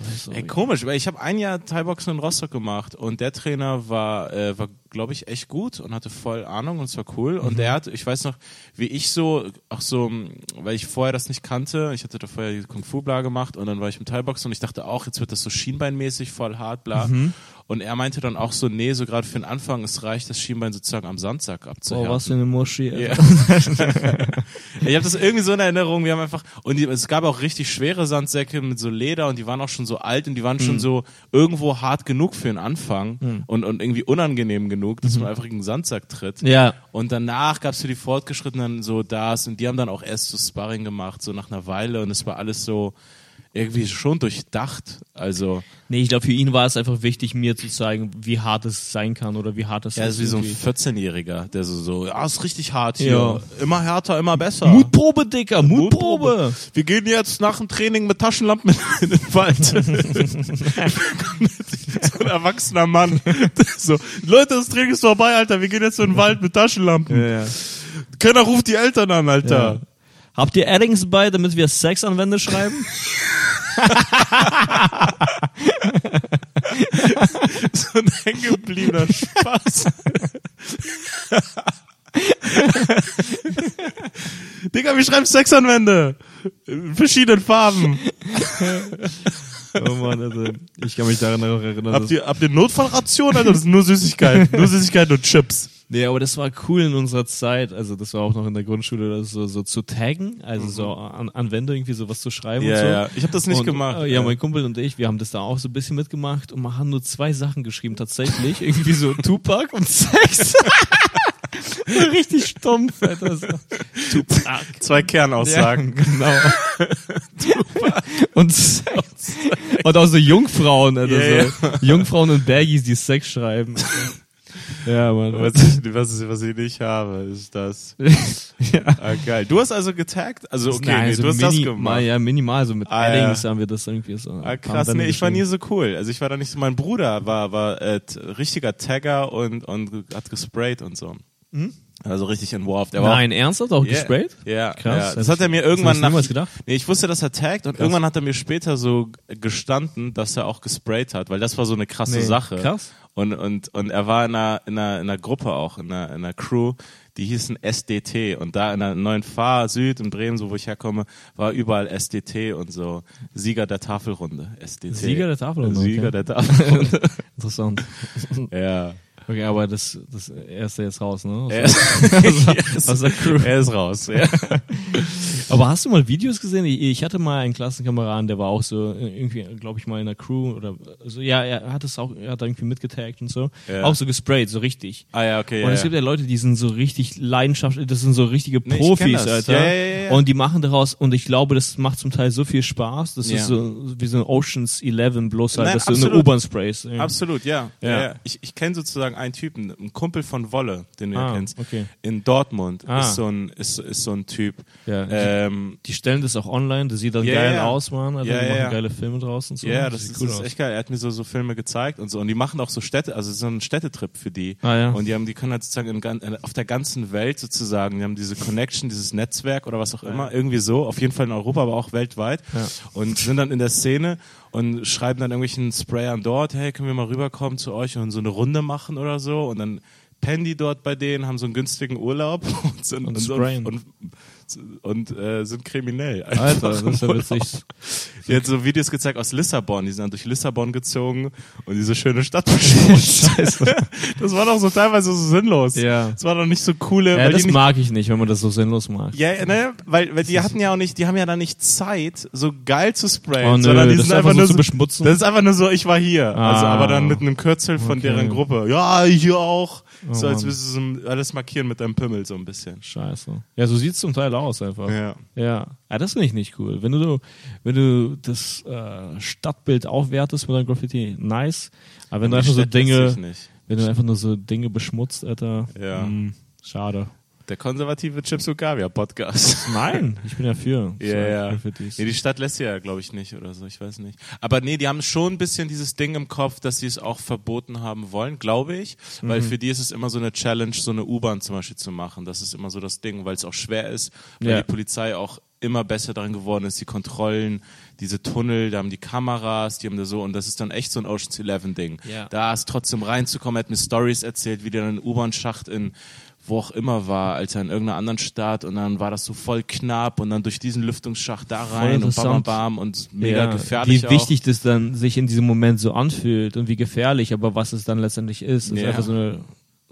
S1: Also,
S2: Ey, komisch, weil ich habe ein Jahr Thai-Boxen in Rostock gemacht und der Trainer war, äh, war glaube ich, echt gut und hatte voll Ahnung und es war cool. Und der hat, ich weiß noch, wie ich so, auch so, mh, weil ich vorher das nicht kannte, ich hatte da vorher die Kung-Fu-Bla gemacht und dann war ich im Thai-Boxen und ich dachte auch, jetzt wird das so schienbeinmäßig voll hart, bla. Und er meinte dann auch so, nee, so gerade für den Anfang, es reicht, das Schienbein sozusagen am Sandsack
S1: Boah,
S2: abzuhärten.
S1: was für eine Muschi. Alter.
S2: Ja. ich habe das irgendwie so in Erinnerung. Wir haben einfach und die, es gab auch richtig schwere Sandsäcke mit so Leder und die waren auch schon so alt und die waren
S1: Mhm.
S2: schon so irgendwo hart genug für den Anfang und, und irgendwie unangenehm genug, dass man einfach gegen den Sandsack tritt.
S1: Mhm. Ja.
S2: Und danach gab's für die Fortgeschrittenen so das und die haben dann auch erst so Sparring gemacht, so nach einer Weile und es war alles so irgendwie schon durchdacht. Also
S1: Nee, ich glaube, für ihn war es einfach wichtig, mir zu zeigen, wie hart es sein kann oder wie hart es
S2: er
S1: ist.
S2: ist wie so ein
S1: irgendwie.
S2: 14-Jähriger, der so, so ja, ist richtig hart hier.
S1: Ja.
S2: Immer härter, immer besser.
S1: Mutprobe, Dicker, Mutprobe.
S2: Wir gehen jetzt nach dem Training mit Taschenlampen in den Wald. so ein erwachsener Mann. So, Leute, das Training ist vorbei, Alter. Wir gehen jetzt in den Wald mit Taschenlampen.
S1: Ja.
S2: Keiner ruft die Eltern an, Alter.
S1: Habt ihr Addings bei, damit wir Sex an Wände schreiben?
S2: So ein hängengebliebener Spaß. Digga, wir schreiben Sexanwände. In verschiedenen Farben.
S1: oh Mann, also ich kann mich daran auch erinnern.
S2: Habt ihr, habt ihr Notfallration, Alter? Das sind nur Süßigkeiten. Nur Süßigkeiten und Chips.
S1: Nee, aber das war cool in unserer Zeit. Also das war auch noch in der Grundschule, das so, so zu taggen, also so an, an Wände irgendwie sowas zu schreiben
S2: Mhm. Ja,
S1: und so.
S2: ja. Ich hab das nicht
S1: und,
S2: gemacht.
S1: Äh, ja,
S2: Ja.
S1: mein Kumpel und ich, wir haben das da auch so ein bisschen mitgemacht und man haben nur zwei Sachen geschrieben tatsächlich. irgendwie so Tupac und Sex. Richtig stumpf, Alter. So. Tupac.
S2: Zwei Kernaussagen.
S1: Ja, genau. und, Sex. und auch so Jungfrauen, Alter.
S2: Ja,
S1: so. Jungfrauen und Baggies, die Sex schreiben. ja, Mann. Also,
S2: Was, ich, was, ich, was ich nicht habe, ist das.
S1: ja.
S2: Ah, geil. Du hast also getaggt? Also, okay,
S1: Nein,
S2: nee,
S1: so
S2: du hast das
S1: mini-
S2: gemacht.
S1: Ja, minimal, so mit
S2: Ah,
S1: Addings
S2: ja.
S1: haben wir das irgendwie so.
S2: Ah, krass, nee, ich war nie so cool. Also ich war da nicht so, mein Bruder war, war äh, t- richtiger Tagger und, und hat gesprayt und so. Also richtig involved. Er war
S1: Hm? Nein, ernsthaft? Auch
S2: auch, yeah,
S1: gesprayed?
S2: Ja,
S1: Krass,
S2: ja. Das
S1: hätte
S2: hat er
S1: ich-
S2: mir
S1: das
S2: irgendwann
S1: hätte ich niemals gedacht.
S2: Nee, ich wusste, dass er taggt und irgendwann hat er mir später so gestanden, dass er auch gesprayt hat, weil das war so eine krasse
S1: Nee,
S2: Sache.
S1: krass.
S2: Und, und, und er war in einer, in, einer, in einer Gruppe auch, in einer, in einer Crew, die hießen SDT. Und da in der neuen Fahr Süd in Bremen, so wo ich herkomme, war überall SDT und so. Sieger der Tafelrunde, SDT.
S1: Sieger der Tafelrunde, okay.
S2: Sieger der Tafelrunde.
S1: Interessant.
S2: ja.
S1: Okay, aber das, das er ist ja jetzt raus, ne? Aus
S2: Er
S1: der- aus der- aus der Crew.
S2: Er ist raus. Ja.
S1: Aber hast du mal Videos gesehen? Ich- Ich hatte mal einen Klassenkameraden, der war auch so äh, irgendwie, glaube ich, mal in der Crew oder so. Ja, er hat es auch, er hat da irgendwie mitgetaggt und so.
S2: Ja.
S1: Auch so gesprayt, so richtig.
S2: Ah ja, okay.
S1: Und
S2: ja,
S1: es gibt ja Leute, die sind so richtig leidenschaftlich, das sind so richtige
S2: Nee, ich kenn
S1: Profis,
S2: das.
S1: Alter.
S2: Ja, ja, ja, ja.
S1: Und die machen daraus, und ich glaube, das macht zum Teil so viel Spaß, das
S2: Ja.
S1: ist so wie so ein Oceans 11, bloß halt,
S2: Nein,
S1: dass du eine
S2: absolut.
S1: U-Bahn sprayst. Ja.
S2: Absolut, ja.
S1: Mhm. Ja.
S2: ja. ja. Ich, ich kenne sozusagen einen Typen, einen Kumpel von Wolle, den du
S1: Ah,
S2: ja kennst.
S1: okay.
S2: In Dortmund
S1: Ah.
S2: ist, so ein, ist, ist so ein Typ.
S1: Ja.
S2: ähm,
S1: Die stellen das auch online, das sieht dann
S2: Ja,
S1: geil
S2: ja.
S1: aus, Mann. Alter.
S2: Ja,
S1: die
S2: ja,
S1: machen
S2: ja.
S1: geile Filme draus und so. ne?
S2: ja das,
S1: sieht
S2: ist, das ist
S1: aus.
S2: echt geil. Er hat mir so, so Filme gezeigt und so. Und die machen auch so Städte, also so ein Städtetrip für die.
S1: Ah, ja.
S2: Und die haben, die können halt sozusagen in, gan- äh, auf der ganzen Welt sozusagen, die haben diese Connection, dieses Netzwerk oder was auch immer, irgendwie so, auf jeden Fall in Europa, aber auch weltweit. Und sind dann in der Szene und schreiben dann irgendwelchen Sprayern dort, hey, können wir mal rüberkommen zu euch und so eine Runde machen oder so. Und dann pennen die dort bei denen, haben so einen günstigen Urlaub und sind,
S1: Und
S2: und,
S1: sprayen.
S2: und, und, äh, sind kriminell.
S1: Alter,
S2: Einfach
S1: das ist ja
S2: im
S1: witzig.
S2: die hat so Videos gezeigt aus Lissabon. Die sind dann durch Lissabon gezogen und diese schöne Stadt Scheiße. Das war doch so teilweise so sinnlos.
S1: Ja.
S2: Das war doch nicht so coole.
S1: Ja,
S2: weil
S1: das
S2: die nicht,
S1: mag ich nicht, wenn man das so sinnlos macht.
S2: ja, ja, ne? Weil, weil die hatten ja auch nicht, die haben ja dann nicht Zeit, so geil zu sprayen,
S1: Oh, nö,
S2: sondern die
S1: das
S2: sind
S1: einfach
S2: einfach
S1: so
S2: nur
S1: zu
S2: so,
S1: beschmutzen.
S2: Das ist einfach nur so, ich war hier. Also,
S1: Ah.
S2: aber dann mit einem Kürzel von
S1: Okay. Oh,
S2: deren Gruppe. Ja, hier auch. so als
S1: Mann.
S2: würdest du so ein- alles markieren mit deinem Pimmel so ein bisschen.
S1: Scheiße. Ja, so sieht's zum Teil aus einfach.
S2: Ja.
S1: Ja, ah, das finde ich nicht cool. Wenn du, wenn du das äh, Stadtbild aufwertest mit deinem Graffiti, nice. Aber wenn du
S2: Die
S1: einfach so
S2: Stadt lässt sich
S1: Dinge,
S2: Nicht.
S1: wenn du einfach nur so Dinge beschmutzt, Alter,
S2: Ja.
S1: mh, schade.
S2: Der konservative Chips Gavia Podcast.
S1: Nein, ich bin dafür.
S2: Ja, ja.
S1: Graffitis.
S2: Nee, die Stadt lässt sie ja, glaube ich, nicht oder so, ich weiß nicht. Aber nee, die haben schon ein bisschen dieses Ding im Kopf, dass sie es auch verboten haben wollen, glaube ich. Weil für die ist es immer so eine Challenge, so eine U-Bahn zum Beispiel zu machen. Das ist immer so das Ding, weil es auch schwer ist, weil
S1: Ja.
S2: die Polizei auch immer besser darin geworden ist, die Kontrollen, diese Tunnel, da haben die Kameras, die haben da so, und das ist dann echt so ein Ocean's Eleven Ding.
S1: Ja.
S2: Da ist trotzdem reinzukommen, er hat mir Stories erzählt, wie der in den U-Bahn-Schacht in wo auch immer war, Alter, in irgendeiner anderen Stadt und dann war das so voll knapp und dann durch diesen Lüftungsschacht da rein und bam, bam,
S1: interessant.
S2: bam und mega
S1: Ja,
S2: gefährlich
S1: Wie
S2: auch.
S1: wichtig das dann sich in diesem Moment so anfühlt und wie gefährlich, aber was es dann letztendlich ist, ist
S2: Ja. Also.
S1: einfach so eine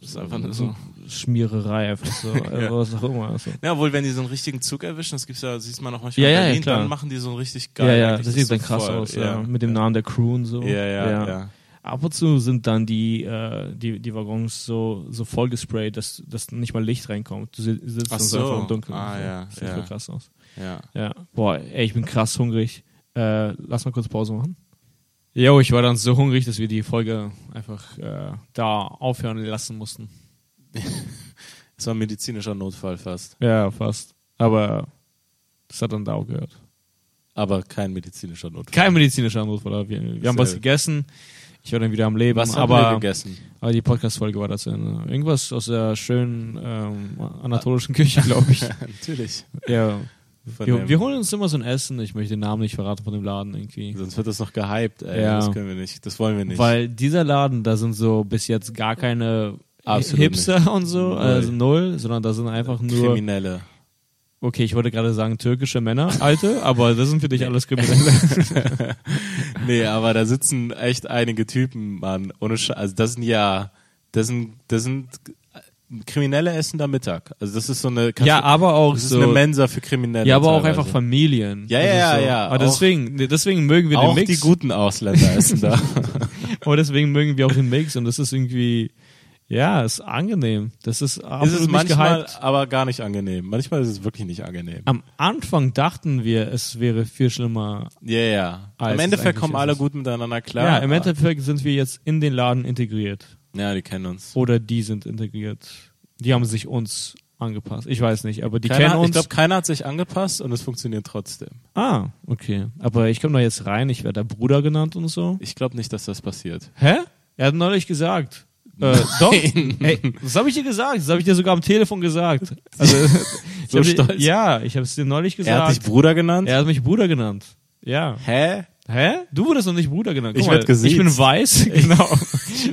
S2: Das ist einfach nur
S1: Mhm.
S2: so.
S1: Schmiererei, einfach so, äh, was auch immer. Also.
S2: Ja, obwohl, wenn die so einen richtigen Zug erwischen, das gibt's ja, siehst man auch manchmal
S1: Ja,
S2: in
S1: ja, ja,
S2: Berlin,
S1: klar.
S2: dann machen die so einen richtig geil.
S1: Ja, ja,
S2: eigentlich
S1: das
S2: ist
S1: sieht
S2: so
S1: dann krass
S2: voll,
S1: aus, ja. Mit dem Namen der Crew und so.
S2: Ja, ja, ja.
S1: Ab und zu sind dann die, äh, die, die Waggons so, so voll gesprayt, dass, dass nicht mal Licht reinkommt. Du si- sitzt
S2: Ach
S1: dann so.
S2: so.
S1: einfach im Dunkeln.
S2: Ah,
S1: So.
S2: ja,
S1: Sieht
S2: ja.
S1: voll krass aus.
S2: ja.
S1: Ja. Boah, ey, ich bin krass hungrig. Äh, lass mal kurz Pause machen. Jo, ich war dann so hungrig, dass wir die Folge einfach äh, da aufhören lassen mussten.
S2: Das war ein medizinischer Notfall fast.
S1: Ja, fast. Aber das hat dann da auch gehört.
S2: Aber kein medizinischer Notfall.
S1: Kein medizinischer Notfall. aber Wir, wir haben was
S2: Sehr.
S1: gegessen. Ich war dann wieder am Leben.
S2: Was haben
S1: aber
S2: wir gegessen?
S1: Aber Ah, die Podcast-Folge war das ja. Ne? Irgendwas aus der schönen ähm, anatolischen Küche, glaube ich.
S2: Natürlich.
S1: ja.
S2: Von
S1: Wir,
S2: dem-
S1: wir holen uns immer so ein Essen. Ich möchte den Namen nicht verraten von dem Laden irgendwie.
S2: Sonst wird das noch gehypt, ey.
S1: Ja.
S2: Das können wir nicht. Das wollen wir nicht.
S1: Weil dieser Laden, da sind so bis jetzt gar keine
S2: Absolut
S1: Hipster und so, also null, sondern da sind einfach nur,
S2: Kriminelle.
S1: okay, ich wollte gerade sagen türkische Männer, alte, aber das sind für dich alles Kriminelle.
S2: Nee, aber da sitzen echt einige Typen, Mann. Ohne Sch also das sind ja, das sind, das sind Kriminelle essen da Mittag. Also das ist so eine
S1: ja, aber auch
S2: das ist
S1: so.
S2: eine Mensa für Kriminelle.
S1: ja, aber auch
S2: teilweise.
S1: einfach Familien.
S2: Ja,
S1: Das
S2: ja,
S1: ist
S2: ja,
S1: so.
S2: ja.
S1: Aber
S2: Auch-
S1: deswegen, deswegen mögen wir
S2: auch
S1: den Mix.
S2: die guten Ausländer essen da.
S1: Aber deswegen mögen wir auch den Mix und das ist irgendwie, ja, ist angenehm. Das ist
S2: ist
S1: absolut
S2: es
S1: nicht
S2: manchmal
S1: gehypt.
S2: aber gar nicht angenehm. Manchmal ist es wirklich nicht angenehm.
S1: Am Anfang dachten wir, es wäre viel schlimmer.
S2: Ja, ja.
S1: Ah, es
S2: Am
S1: ist
S2: Endeffekt
S1: eigentlich-
S2: kommen
S1: es
S2: alle
S1: ist-
S2: gut miteinander klar.
S1: Ja, im
S2: aber-
S1: Endeffekt sind wir jetzt in den Laden integriert.
S2: Ja, die kennen uns.
S1: Oder die sind integriert. Die haben sich uns angepasst. Ich weiß nicht, aber die
S2: Keiner,
S1: kennen uns.
S2: Ich glaube, keiner hat sich angepasst und es funktioniert trotzdem.
S1: ah, okay. Aber ich komme da jetzt rein, ich werde da Bruder genannt und so.
S2: Ich glaube nicht, dass das passiert.
S1: Hä? Er hat neulich gesagt. Äh, doch. Ey, das habe ich dir gesagt. Das habe ich dir sogar am Telefon gesagt. Also, ich hab dir-
S2: stolz.
S1: Ja, ich habe es dir neulich gesagt.
S2: Er hat dich Bruder genannt?
S1: Er hat mich Bruder genannt. Ja.
S2: Hä?
S1: Hä? Du wurdest noch nicht Bruder genannt. Guck
S2: Ich
S1: mal,
S2: werd gesiezt.
S1: Ich bin weiß, genau.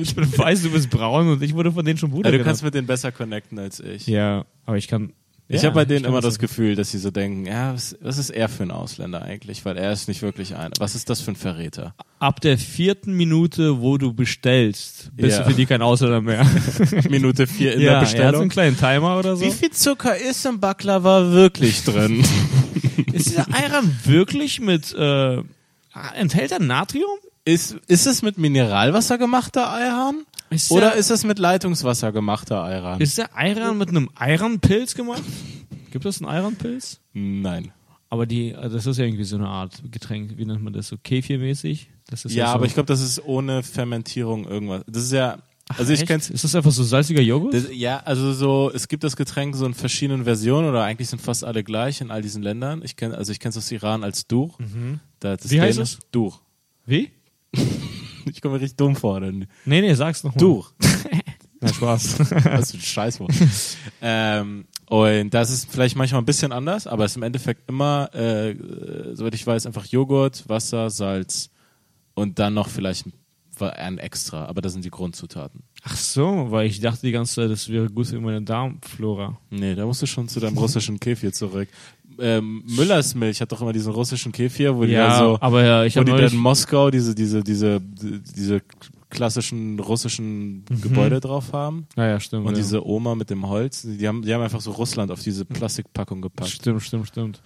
S1: ich bin weiß, du bist braun und ich wurde von denen schon Bruder
S2: Ja, du
S1: genannt.
S2: kannst mit denen besser connecten als ich.
S1: ja, aber ich kann.
S2: Ich
S1: ja,
S2: habe bei denen
S1: kann
S2: immer das Gefühl, dass sie so denken, ja, was, was ist er für ein Ausländer eigentlich? Weil er ist nicht wirklich ein. Was ist das für ein Verräter?
S1: Ab der vierten Minute, wo du bestellst, bist
S2: Ja.
S1: du für die kein Ausländer mehr.
S2: Minute vier in der
S1: ja, er hat so einen
S2: Bestellung.
S1: kleinen Timer oder so.
S2: Wie viel Zucker ist im Baklava wirklich drin?
S1: Ist dieser Ayran wirklich mit. Äh, enthält er Natrium?
S2: ist, ist es mit Mineralwasser gemachter Eihahn?
S1: Ist
S2: Oder
S1: der-
S2: ist es mit Leitungswasser gemachter Eihahn?
S1: Ist der Ayran mit einem Ayran-Pilz gemacht? Gibt es einen Ayran-Pilz?
S2: Nein.
S1: Aber die, äh, das ist ja irgendwie so eine Art Getränk, wie nennt man das so, Kefir-mäßig? Das ist
S2: Ja,
S1: so,
S2: aber ich glaube, das ist ohne Fermentierung irgendwas. Das ist ja, also ich
S1: Echt?
S2: kenn's,
S1: Ist das einfach so salziger Joghurt?
S2: Das, ja, also so, es gibt das Getränk so in verschiedenen Versionen oder eigentlich sind fast alle gleich in all diesen Ländern. Ich kenne, also ich kenne es aus Iran als Duch. Da, das
S1: Mhm. Wie heißt
S2: Dänisch-
S1: es?
S2: Duch.
S1: Wie?
S2: Ich komme mir richtig dumm vor. Denn
S1: Nee, nee, sag's nochmal.
S2: Duch.
S1: Na, Spaß.
S2: Was für ein Scheißwort. ähm, und das ist vielleicht manchmal ein bisschen anders, aber es ist im Endeffekt immer, äh, äh, soweit ich weiß, einfach Joghurt, Wasser, Salz und dann noch vielleicht ein- ein extra, aber das sind die Grundzutaten.
S1: Ach so, weil ich dachte die ganze Zeit, das wäre gut für meine Darmflora.
S2: Nee, da musst du schon zu deinem russischen Kefir zurück. Ähm, Müllers Milch hat doch immer diesen russischen Kefir, wo die da so,
S1: aber ja, ich
S2: wo
S1: habe
S2: die dann
S1: neulich...
S2: in Moskau diese, diese, diese, diese klassischen russischen Gebäude drauf haben.
S1: Ja, Mhm. ja, stimmt.
S2: Und
S1: ja.
S2: diese Oma mit dem Holz, die haben, die haben einfach so Russland auf diese Plastikpackung gepackt.
S1: Stimmt, stimmt, stimmt.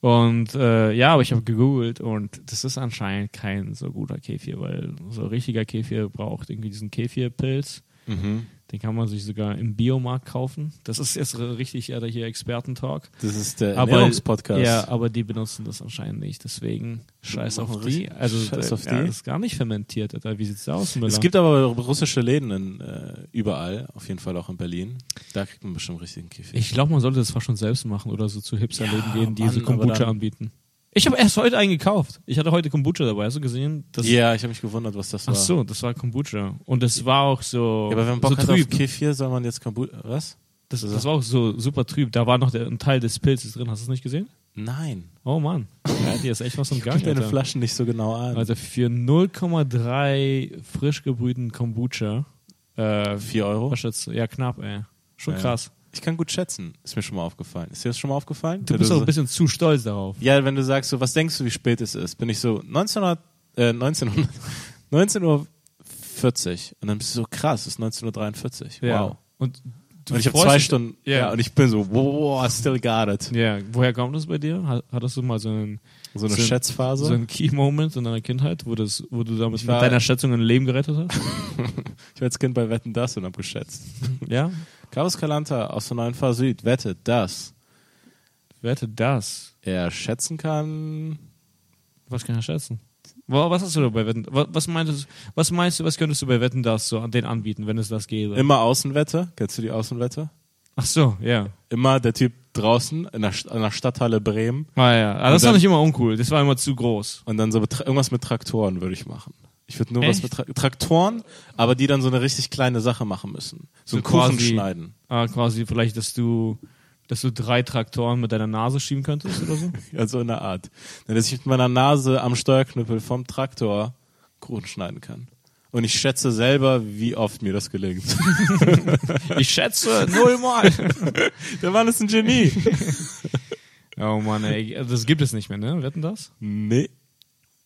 S1: Und äh, ja, aber ich habe gegoogelt und das ist anscheinend kein so guter Kefir, weil so richtiger Kefir braucht irgendwie diesen Kefirpilz.
S2: Mhm.
S1: Den kann man sich sogar im Biomarkt kaufen. Das ist jetzt richtig äh, hier Expertentalk.
S2: Das ist der
S1: Aber-
S2: Ernährungspodcast.
S1: Ja, aber die benutzen das anscheinend nicht. Deswegen scheiß auf
S2: Machen
S1: die.
S2: richtig
S1: Also
S2: Scheiß auf
S1: Ja,
S2: die.
S1: das ist gar nicht fermentiert. Alter. Wie sieht's da aus? Müller?
S2: Es gibt aber russische Läden in, äh, überall, auf jeden Fall auch in Berlin. Da kriegt man bestimmt richtigen Kefir.
S1: ich glaube, man sollte das fast schon selbst machen oder so zu Hipsterläden
S2: Ja,
S1: gehen, die so
S2: Mann, aber
S1: Kombucha
S2: dann-
S1: anbieten. Ich habe erst heute einen gekauft. Ich hatte heute Kombucha dabei. Hast du gesehen? Das
S2: ja, ich habe mich gewundert, was das war.
S1: Ach so, das war Kombucha. Und das war auch so,
S2: Ja, aber wenn man Bock
S1: so
S2: hat auf also.
S1: trüb.
S2: Kefir, soll man jetzt Kombucha... Was?
S1: Das, das war auch so super trüb. Da war noch der, ein Teil des Pilzes drin. Hast du es nicht gesehen?
S2: Nein.
S1: Oh Mann. Ja, hier ist echt was im Gang.
S2: Guck deine
S1: Alter.
S2: Flaschen nicht so genau an.
S1: Also für 0,3 frisch gebrühten Kombucha. Äh,
S2: 4 Euro?
S1: was schätzt du? Ja, knapp, ey. Schon
S2: Ja.
S1: krass.
S2: Ich kann gut schätzen. Ist mir schon mal aufgefallen. Ist dir das schon mal aufgefallen?
S1: Du
S2: Wenn
S1: bist auch
S2: so-
S1: ein bisschen zu stolz darauf.
S2: ja, wenn du sagst, so, was denkst du, wie spät es ist? Bin ich so 1900, äh, 1900, 19 Uhr 40. Und dann bist du so, krass, es ist 19.43 Uhr.
S1: Ja.
S2: Wow.
S1: Und, du
S2: Und ich habe
S1: freust
S2: zwei
S1: dich-
S2: Stunden,
S1: Ja.
S2: ja, und ich bin so, wow, still got it.
S1: Ja, woher kommt das bei dir? Hat- Hattest du mal so einen,
S2: So eine
S1: So ein-
S2: Schätzphase.
S1: so einen Key-Moment in deiner Kindheit, wo, das, wo du damit
S2: Ich
S1: mit
S2: war-
S1: deiner Schätzung ein Leben gerettet hast?
S2: ich war als Kind bei Wetten, das und hab geschätzt.
S1: ja?
S2: Carlos Calanta aus der neuen Phase Süd wettet, dass
S1: Wette das.
S2: er schätzen kann,
S1: Was kann er schätzen? Wa- Was hast du da bei Wetten? wa- Was meinst du, was meinst du, was könntest du bei Wetten das so an den anbieten, wenn es das gäbe?
S2: immer Außenwette. Kennst du die Außenwette?
S1: Ach so, ja.
S2: immer der Typ draußen in der, St- an der Stadthalle Bremen
S1: Ah ja, aber
S2: Und
S1: das war
S2: dann-
S1: nicht immer uncool, das war immer zu groß.
S2: und dann so mit Tra- irgendwas mit Traktoren würde ich machen. Ich würde nur was
S1: Echt?
S2: mit Tra Traktoren, aber die dann so eine richtig kleine Sache machen müssen. So einen
S1: So
S2: Kuchen
S1: quasi-
S2: schneiden.
S1: Ah, quasi vielleicht, dass du, dass du drei Traktoren mit deiner Nase schieben könntest oder so.
S2: Ja, so in der Art. Dann, dass ich mit meiner Nase am Steuerknüppel vom Traktor Kuchen schneiden kann. Und ich schätze selber, wie oft mir das gelingt.
S1: Ich schätze nullmal.
S2: der Mann ist ein Genie.
S1: oh Mann, ey, das gibt es nicht mehr, ne? Wetten das?
S2: nee,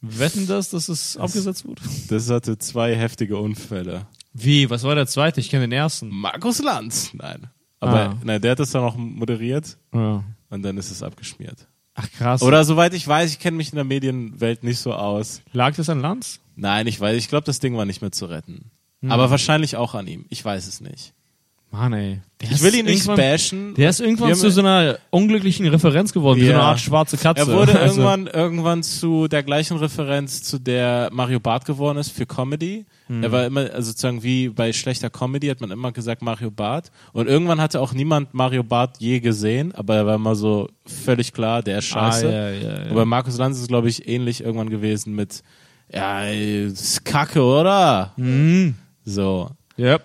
S1: Wetten das, dass es abgesetzt wurde?
S2: das hatte zwei heftige Unfälle.
S1: Wie? Was war der zweite? Ich kenne den ersten.
S2: Markus Lanz. Nein. Aber
S1: Ah.
S2: nein, der hat das dann auch moderiert
S1: Ja.
S2: und dann ist es abgeschmiert.
S1: Ach krass.
S2: Oder soweit ich weiß, ich kenne mich in der Medienwelt nicht so aus.
S1: lag das an Lanz?
S2: Nein, ich weiß, ich glaube, das Ding war nicht mehr zu retten.
S1: Hm.
S2: Aber wahrscheinlich auch an ihm. Ich weiß es nicht.
S1: Mann, ey. Der
S2: Ich
S1: ist
S2: will ihn nicht
S1: irgendwann-
S2: bashen.
S1: Der ist irgendwann
S2: Wir
S1: zu
S2: haben-
S1: so einer unglücklichen Referenz geworden, wie so
S2: Ja.
S1: eine Art schwarze Katze.
S2: er wurde
S1: Also,
S2: irgendwann, irgendwann zu der gleichen Referenz, zu der Mario Barth geworden ist für Comedy.
S1: Hm.
S2: Er war immer, also sozusagen wie bei schlechter Comedy hat man immer gesagt Mario Barth. Und irgendwann hatte auch niemand Mario Barth je gesehen, aber er war immer so völlig klar, der ist scheiße.
S1: Ah, ja, ja, ja.
S2: Aber Markus Lanz ist, glaube ich, ähnlich irgendwann gewesen mit, ja, ey, ist kacke, oder?
S1: Hm. Mhm.
S2: So.
S1: Yep.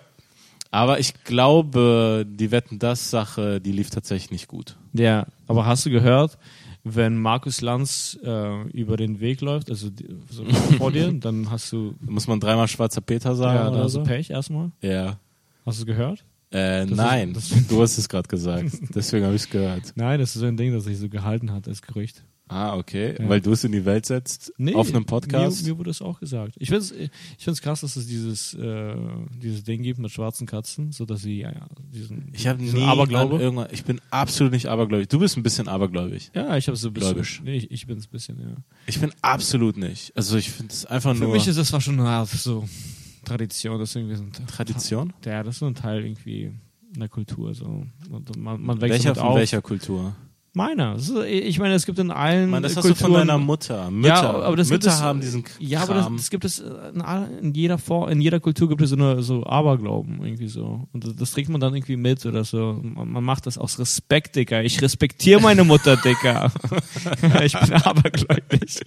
S2: Aber ich glaube, die Wetten das Sache, die lief tatsächlich nicht gut.
S1: Ja, aber hast du gehört, wenn Markus Lanz äh, über den Weg läuft, also die- so vor dir, dann hast du,
S2: Muss man dreimal schwarzer Peter sagen
S1: ja, dann
S2: oder
S1: hast
S2: so?
S1: du Pech erstmal.
S2: Ja.
S1: Hast du es gehört?
S2: Äh,
S1: ist-
S2: nein,
S1: das-
S2: du hast es gerade gesagt. Deswegen habe ich es gehört.
S1: Nein, das ist so ein Ding, das sich so gehalten hat als Gerücht.
S2: Ah, okay.
S1: Ja.
S2: Weil du es in die Welt setzt, auf einem Podcast.
S1: Mir, mir wurde es auch gesagt. Ich finde es ich find's krass, dass es dieses, äh, dieses Ding gibt mit schwarzen Katzen, sodass sie ja, ja, diesen,
S2: ich habe
S1: diesen
S2: nie
S1: Aberglaube.
S2: an irgendwas- Ich bin absolut nicht abergläubig. Du bist ein bisschen abergläubig.
S1: ja, ich habe so ein bisschen.
S2: Gläubisch.
S1: Nee, ich, ich bin es ein bisschen, ja.
S2: Ich bin absolut nicht. Also ich finde es einfach
S1: Für
S2: nur
S1: mich ist das war schon na, so Tradition, das ist irgendwie so ein
S2: Tradition.
S1: Ja, das ist so ein Teil irgendwie einer Kultur. So. Und man, man wächst
S2: Welcher
S1: damit
S2: von
S1: auf.
S2: welcher Kultur?
S1: Meiner. Das ist, ich meine, es gibt in allen
S2: Mann, das hast
S1: Kulturen,
S2: du von deiner Mutter. Mütter,
S1: ja, aber das
S2: Mütter
S1: gibt es,
S2: haben diesen
S1: Ja, aber das,
S2: Kram.
S1: das gibt es äh, in, all- in jeder Form, in jeder Kultur gibt es so, eine, so Aberglauben irgendwie so. Und das, das trägt man dann irgendwie mit oder so. Man, man macht das aus Respekt, Dicker. Ich respektiere meine Mutter, Dicker. ich bin abergläubig.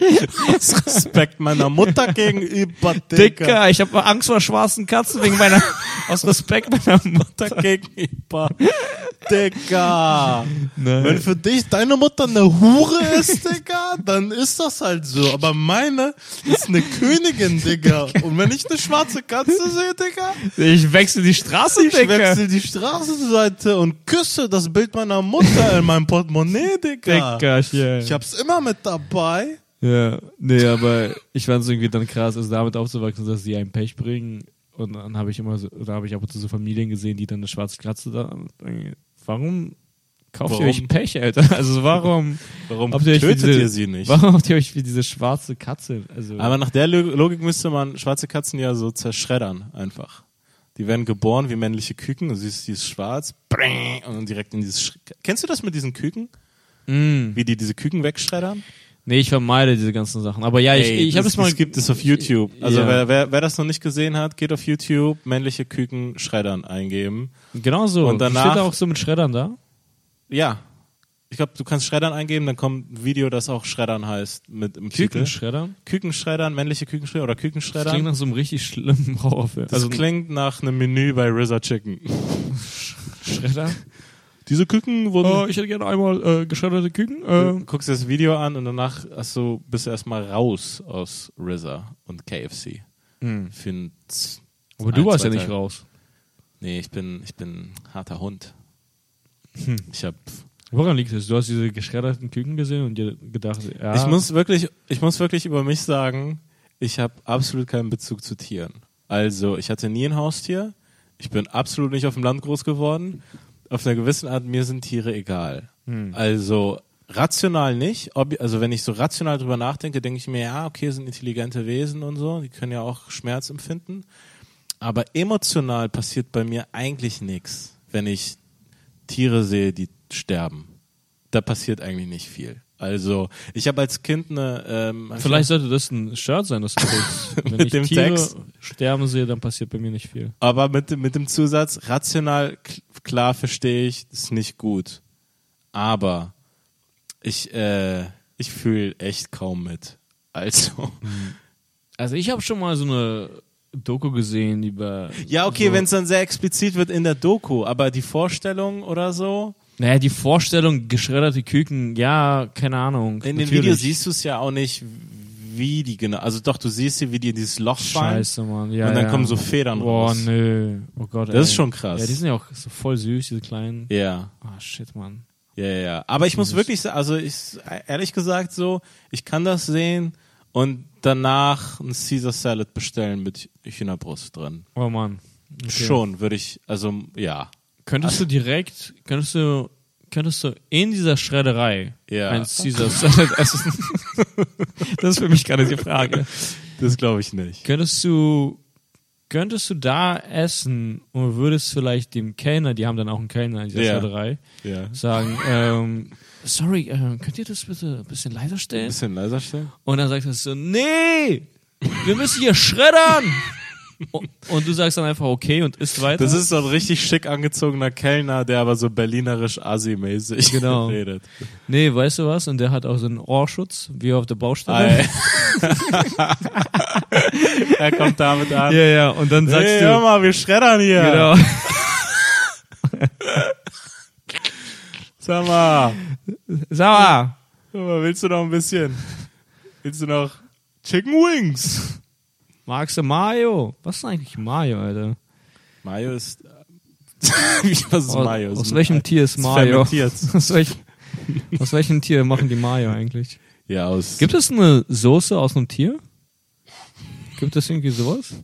S2: das Respekt meiner Mutter gegenüber, Dicker.
S1: Dicker, ich habe Angst vor schwarzen Katzen wegen meiner, aus Respekt meiner Mutter.
S2: Mutter gegenüber, Dicker. Wenn
S1: Nein.
S2: für dich deine Mutter eine Hure ist, Digga, dann ist das halt so. Aber meine ist eine Königin, Digga. Und wenn ich eine schwarze Katze sehe, Digga,
S1: Ich wechsle die Straße,
S2: ich
S1: Dicker.
S2: wechsle die Straßenseite und küsse das Bild meiner Mutter in meinem Portemonnaie, Digga.
S1: Dicker, yeah.
S2: Ich hab's immer mit dabei.
S1: Ja, nee, aber ich fand es irgendwie dann krass, also damit aufzuwachsen, dass sie einem Pech bringen. Und dann habe ich immer so, da habe ich ab und zu so Familien gesehen, die dann eine schwarze Katze da. Warum kauft
S2: Warum?
S1: ihr euch Pech, Alter? Also warum
S2: Warum
S1: habt ihr euch für diese, Warum habt ihr euch für diese schwarze Katze? Also
S2: Aber nach der Lo- Logik müsste man schwarze Katzen ja so zerschreddern, einfach. Die werden geboren wie männliche Küken, und sie ist, die ist schwarz, bring, und dann direkt in dieses. Sch Kennst du das mit diesen Küken?
S1: Mm.
S2: Wie die diese Küken wegschreddern?
S1: nee, ich vermeide diese ganzen Sachen. Aber ja, ich, ich habe das mal.
S2: Das gibt es auf YouTube. Also
S1: Ja.
S2: wer, wer, wer das noch nicht gesehen hat, geht auf YouTube, männliche Küken schreddern eingeben.
S1: Genau so.
S2: Und danach-
S1: steht da auch so mit Schreddern da.
S2: Ja. Ich glaube, du kannst Schreddern eingeben, dann kommt ein Video, das auch Schreddern heißt mit im Titel.
S1: Schreddern.
S2: Kükenschreddern, männliche Kükenschreddern oder
S1: Das klingt
S2: Kükenschreddern.
S1: nach so einem richtig schlimmen Horrorfilm.
S2: Das klingt nach einem Menü bei RZA Chicken.
S1: Schredder.
S2: Diese Küken wurden
S1: Oh, ich hätte gerne einmal äh, geschredderte Küken. äh.
S2: Du guckst dir das Video an und danach hast du, bist du erstmal raus aus RZA und KFC.
S1: Hm.
S2: Für ein Z-
S1: Aber du
S2: ein,
S1: warst
S2: zwei
S1: ja nicht
S2: Tage.
S1: raus.
S2: Nee, ich bin, ich bin ein harter Hund. Ich hab.
S1: Woran liegt es? Du hast diese geschredderten Küken gesehen und dir gedacht, ja.
S2: Ich muss wirklich, ich muss wirklich über mich sagen, ich habe absolut keinen Bezug zu Tieren. Also, ich hatte nie ein Haustier. Ich bin absolut nicht auf dem Land groß geworden. Auf einer gewissen Art, mir sind Tiere egal. Also, rational nicht. Ob, also, wenn ich so rational drüber nachdenke, denke ich mir, ja, okay, sind intelligente Wesen und so. Die können ja auch Schmerz empfinden. Aber emotional passiert bei mir eigentlich nichts, wenn ich Tiere sehe, die sterben. Da passiert eigentlich nicht viel. Also, ich habe als Kind eine. Ähm, hab ich
S1: Vielleicht sollte das ein Shirt sein, das du trägst. Wenn
S2: Mit
S1: ich
S2: dem
S1: Tiere
S2: Text?
S1: sterben sehe, dann passiert bei mir nicht viel.
S2: Aber mit, dem- mit dem Zusatz, rational, k- klar verstehe ich, ist nicht gut. Aber ich, äh, ich fühle echt kaum mit. Also.
S1: Also ich habe schon mal so eine Doku gesehen über.
S2: Ja, okay,
S1: so,
S2: wenn es dann sehr explizit wird in der Doku, aber die Vorstellung oder so.
S1: Naja, die Vorstellung, geschredderte Küken, ja, keine Ahnung.
S2: In
S1: natürlich.
S2: den Videos siehst du es ja auch nicht, wie die genau. Also doch, du siehst sie, wie die in dieses Loch fallen.
S1: Scheiße, Mann. Ja,
S2: und dann
S1: ja.
S2: kommen so Federn
S1: Boah,
S2: raus.
S1: nö. Oh Gott, ey.
S2: Das ist schon krass.
S1: Ja, die sind ja auch so voll süß, diese kleinen.
S2: Ja,
S1: Ah, shit, Mann.
S2: ja, ja, ja. Aber ich
S1: Hm.
S2: muss wirklich sagen, also ich, ehrlich gesagt so, ich kann das sehen und danach ein Caesar Salad bestellen mit Hühnerbrust drin.
S1: Oh Mann. Okay.
S2: Schon, würde ich, also ja. Also-
S1: Könntest du direkt, könntest du, könntest du in dieser Schredderei
S2: Ja.
S1: ein Caesar Salad essen? das ist für mich gerade die Frage.
S2: Das glaube ich nicht.
S1: Könntest du, könntest du da essen und würdest vielleicht dem Kellner, die haben dann auch einen Kellner in dieser
S2: Ja.
S1: Schredderei,
S2: Ja. Ein
S1: sagen, ähm, sorry, ähm, könnt ihr das bitte ein bisschen leiser stellen?
S2: bisschen leiser stellen.
S1: Und dann sagt er so, nee, wir müssen hier schreddern. Und- Und du sagst dann einfach okay und isst weiter.
S2: Das ist so ein richtig schick angezogener Kellner, der aber so berlinerisch assi-mäßig
S1: Genau.
S2: redet.
S1: Nee, weißt du was? Und der hat auch so einen Ohrschutz, wie auf der Baustelle.
S2: Ei. er kommt damit an.
S1: Ja, ja, und dann sagst
S2: hey,
S1: du.
S2: hör mal, wir schreddern hier.
S1: Genau.
S2: Sag mal.
S1: Sag mal,
S2: Aber willst du noch ein bisschen? Willst du noch Chicken Wings?
S1: Magst du Mayo? Was ist denn eigentlich Mayo, Alter?
S2: Mayo ist. Was ist
S1: Aus-
S2: Mayo?
S1: Aus
S2: Ist-
S1: welchem Tier ist
S2: ist
S1: Mayo?
S2: fermentiert.
S1: Aus, welch, aus welchem Tier machen die Mayo eigentlich?
S2: Ja, aus.
S1: Gibt es eine Soße aus einem Tier? Gibt es irgendwie sowas?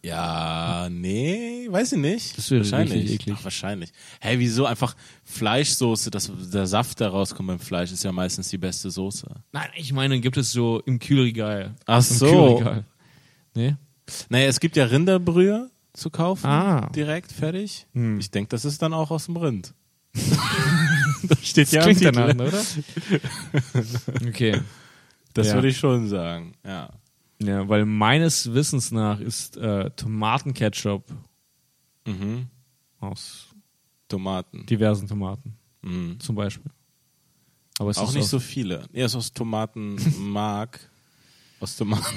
S2: Ja, nee, weiß ich nicht.
S1: Das wäre
S2: wahrscheinlich.
S1: richtig eklig.
S2: Ach, wahrscheinlich. Hey, wieso einfach Fleischsoße, dass der Saft da rauskommt beim Fleisch, ist ja meistens die beste Soße.
S1: Nein, ich meine, gibt es so im Kühlregal.
S2: Ach
S1: Im
S2: so.
S1: Kühlregal. Nee?
S2: Naja, es gibt ja Rinderbrühe zu kaufen.
S1: Ah. Hm.
S2: Direkt fertig. Ich denke, das ist dann auch aus dem Rind. das steht ja
S1: Das
S2: im
S1: klingt
S2: Titel.
S1: danach, ne, oder? okay.
S2: Das
S1: Ja.
S2: würde ich schon sagen. Ja.
S1: Ja, weil meines Wissens nach ist äh, Tomatenketchup
S2: Mhm.
S1: aus
S2: Tomaten.
S1: diversen Tomaten,
S2: Mhm.
S1: zum Beispiel. Aber es
S2: Auch
S1: ist
S2: nicht
S1: aus-
S2: so viele. Er ist aus Tomatenmark. aus Tomaten.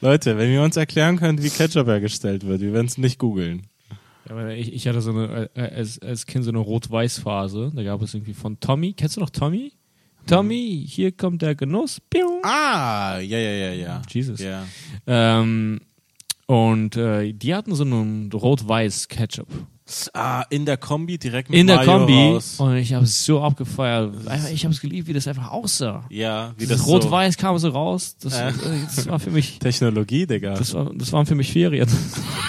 S2: Leute, wenn ihr uns erklären könnt, wie Ketchup hergestellt wird, wir werden es nicht googeln.
S1: Ja, aber ich, ich hatte so eine, äh, als, als Kind so eine Rot-Weiß-Phase. Da gab es irgendwie von Tommy. Kennst du noch Tommy? Tommy, hier kommt der Genuss. Piu.
S2: Ah, ja, ja, ja, ja.
S1: Jesus.
S2: Ja.
S1: Ähm, und äh, die hatten so einen Rot-Weiß-Ketchup.
S2: Ah, in der Kombi direkt mit
S1: In der
S2: Mayo
S1: Kombi.
S2: Raus.
S1: Und ich habe es so abgefeiert. Einfach, Ich habe es geliebt, wie das einfach aussah.
S2: Ja, wie
S1: das
S2: das so.
S1: Rot-Weiß kam so raus. Das,
S2: Ja.
S1: äh, das war für mich.
S2: Technologie, Digga.
S1: Das, war, das waren für mich Ferien,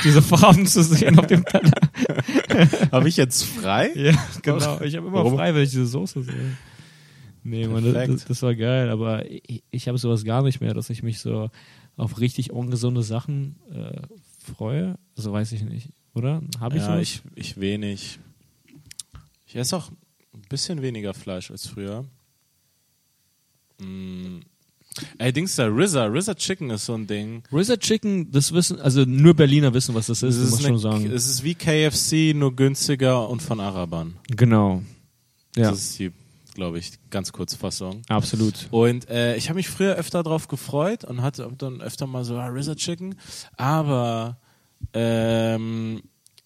S1: diese Farben zu sehen auf dem Teller.
S2: Habe ich jetzt frei?
S1: Ja, genau. Ich habe immer
S2: Warum?
S1: frei, wenn ich diese Soße sehe. Nee, Mann, das,
S2: Perfekt.
S1: das, das war geil, aber ich, ich habe sowas gar nicht mehr, dass ich mich so auf richtig ungesunde Sachen äh, freue. Also weiß ich nicht, oder? Habe ich
S2: ja,
S1: sowas?
S2: ich, ich wenig. Ich esse auch ein bisschen weniger Fleisch als früher. Mm. Ey, Dings da, RZA. RZA Chicken ist so ein Ding.
S1: RZA Chicken, das wissen, also nur Berliner wissen, was das ist, das muss
S2: eine-
S1: schon sagen.
S2: es ist wie KFC, nur günstiger und von Arabern.
S1: Genau. Ja,
S2: Das ist die, glaube ich, ganz kurz Fassung.
S1: absolut.
S2: Und äh, ich habe mich früher öfter drauf gefreut und hatte dann öfter mal so ah, RZA Chicken. Aber ähm,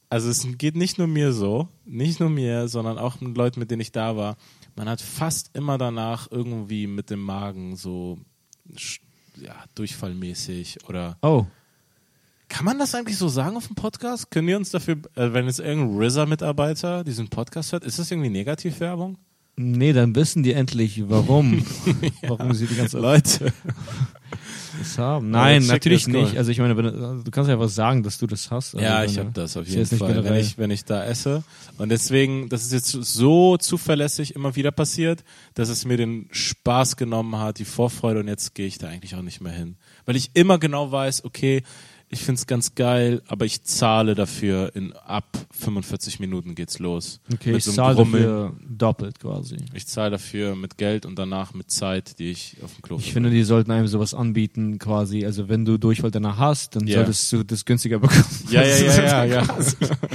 S2: also es geht nicht nur mir so, nicht nur mir, sondern auch mit Leuten, mit denen ich da war. Man hat fast immer danach irgendwie mit dem Magen so sch- ja, durchfallmäßig oder
S1: Oh,
S2: kann man das eigentlich so sagen auf dem Podcast? Können wir uns dafür, äh, wenn jetzt irgendein RZA-Mitarbeiter diesen Podcast hört, ist das irgendwie Negativwerbung?
S1: nee, dann wissen die endlich, warum. Warum sie die ganze
S2: Leute,
S1: das haben. Nein,
S2: Chicken
S1: natürlich
S2: ist cool.
S1: nicht. Also ich meine, wenn, du du kannst ja einfach sagen, dass du das hast. Also
S2: Ja,
S1: ich
S2: ich
S1: meine,
S2: habe das auf
S1: ist
S2: jeden
S1: jetzt nicht
S2: Fall, wenn
S1: generell.
S2: ich, wenn ich da esse. Und deswegen, das ist jetzt so zuverlässig immer wieder passiert, dass es mir den Spaß genommen hat, die Vorfreude und jetzt gehe ich da eigentlich auch nicht mehr hin. Weil ich immer genau weiß, okay, ich find's ganz geil, aber ich zahle dafür, in ab 45 Minuten geht's los.
S1: Okay,
S2: Mit
S1: ich
S2: so einem
S1: zahle
S2: Grummeln.
S1: dafür doppelt quasi.
S2: Ich zahle dafür mit Geld und danach mit Zeit, die ich auf dem Klo
S1: Ich finde, die sollten einem sowas anbieten quasi. Also wenn du Durchfall danach hast, dann
S2: Ja.
S1: solltest du das günstiger bekommen.
S2: Ja, ja, ja, ja, ja.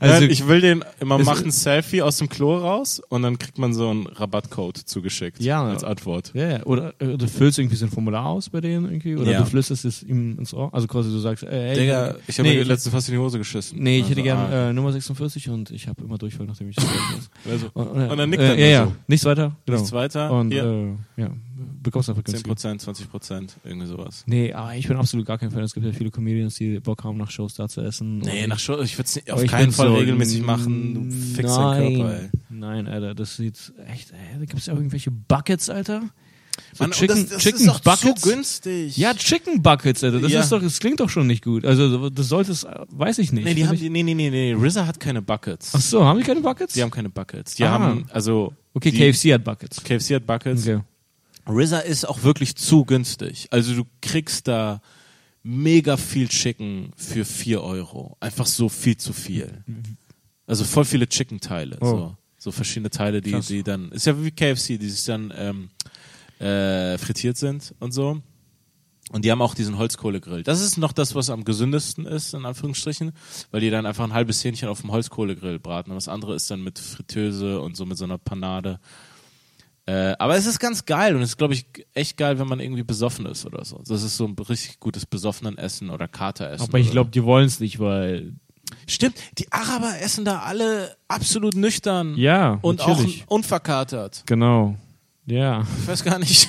S1: Also
S2: Nein, ich will den, man
S1: es-
S2: macht ein Selfie aus dem Klo raus und dann kriegt man so einen Rabattcode zugeschickt
S1: Ja.
S2: als Antwort.
S1: ja, ja. Oder äh, du füllst irgendwie so ein Formular aus bei denen irgendwie oder
S2: Ja.
S1: du flüsterst es ihm ins Ohr. Also quasi du sagst, äh, ey,
S2: Digga, ich habe
S1: nee,
S2: mir letztens fast in die Hose geschissen.
S1: Nee, ich
S2: Also,
S1: hätte gern
S2: ah.
S1: äh, Nummer 46 und ich habe immer Durchfall, nachdem ich
S2: also,
S1: und,
S2: Und dann nickt
S1: äh,
S2: er
S1: ja, ja.
S2: nur so.
S1: Nichts weiter. Genau.
S2: nichts weiter.
S1: Und
S2: Hier,
S1: äh, ja, bekommst einfach günstiger.
S2: 10%, 20%, irgendwie sowas.
S1: Nee, aber ich bin absolut gar kein Fan. Es gibt ja viele Comedians, die Bock haben, nach Shows da zu essen.
S2: Nee, nach Show, ich würde es
S1: Aber
S2: auf
S1: ich
S2: keinen
S1: bin
S2: Fall
S1: so,
S2: regelmäßig machen. Du fixer
S1: nein.
S2: Körper, ey.
S1: Nein, Alter, das sieht echt. Ey, da gibt es ja irgendwelche Buckets, Alter. So
S2: Mann, und
S1: Chicken,
S2: das, das
S1: Chicken
S2: ist doch
S1: Buckets.
S2: zu günstig.
S1: ja, Chicken Buckets, Alter. Das
S2: Ja.
S1: ist doch, das klingt doch schon nicht gut. Also das sollte es, äh, weiß ich nicht.
S2: nee, die haben,
S1: Ich-
S2: die, nee, nee, nee, nee, RZA hat keine Buckets.
S1: Ach so, haben die keine Buckets?
S2: Die haben keine Buckets. Die
S1: Ah.
S2: haben, also.
S1: okay,
S2: die,
S1: KFC hat Buckets.
S2: KFC hat Buckets.
S1: Okay.
S2: RZA ist auch wirklich zu günstig. Also du kriegst da mega viel Chicken für 4 Euro. Einfach so viel zu viel. Also voll viele Chicken-Teile.
S1: Oh.
S2: So. so verschiedene Teile, die,
S1: Krass.
S2: die dann, ist ja wie KFC, die sich dann ähm, äh, frittiert sind und so. Und die haben auch diesen Holzkohlegrill. Das ist noch das, was am gesündesten ist, in Anführungsstrichen, weil die dann einfach ein halbes Hähnchen auf dem Holzkohlegrill braten. Und das andere ist dann mit Fritteuse und so mit so einer Panade. Äh, aber es ist ganz geil und es ist, glaube ich, echt geil, wenn man irgendwie besoffen ist oder so. Das ist so ein richtig gutes besoffenen Essen oder Kateressen.
S1: Aber ich
S2: oder-
S1: glaube, die wollen es nicht, weil
S2: Stimmt, die Araber essen da alle absolut nüchtern
S1: Ja,
S2: und
S1: natürlich.
S2: auch unverkatert.
S1: Genau. Ja.
S2: Ich weiß gar nicht.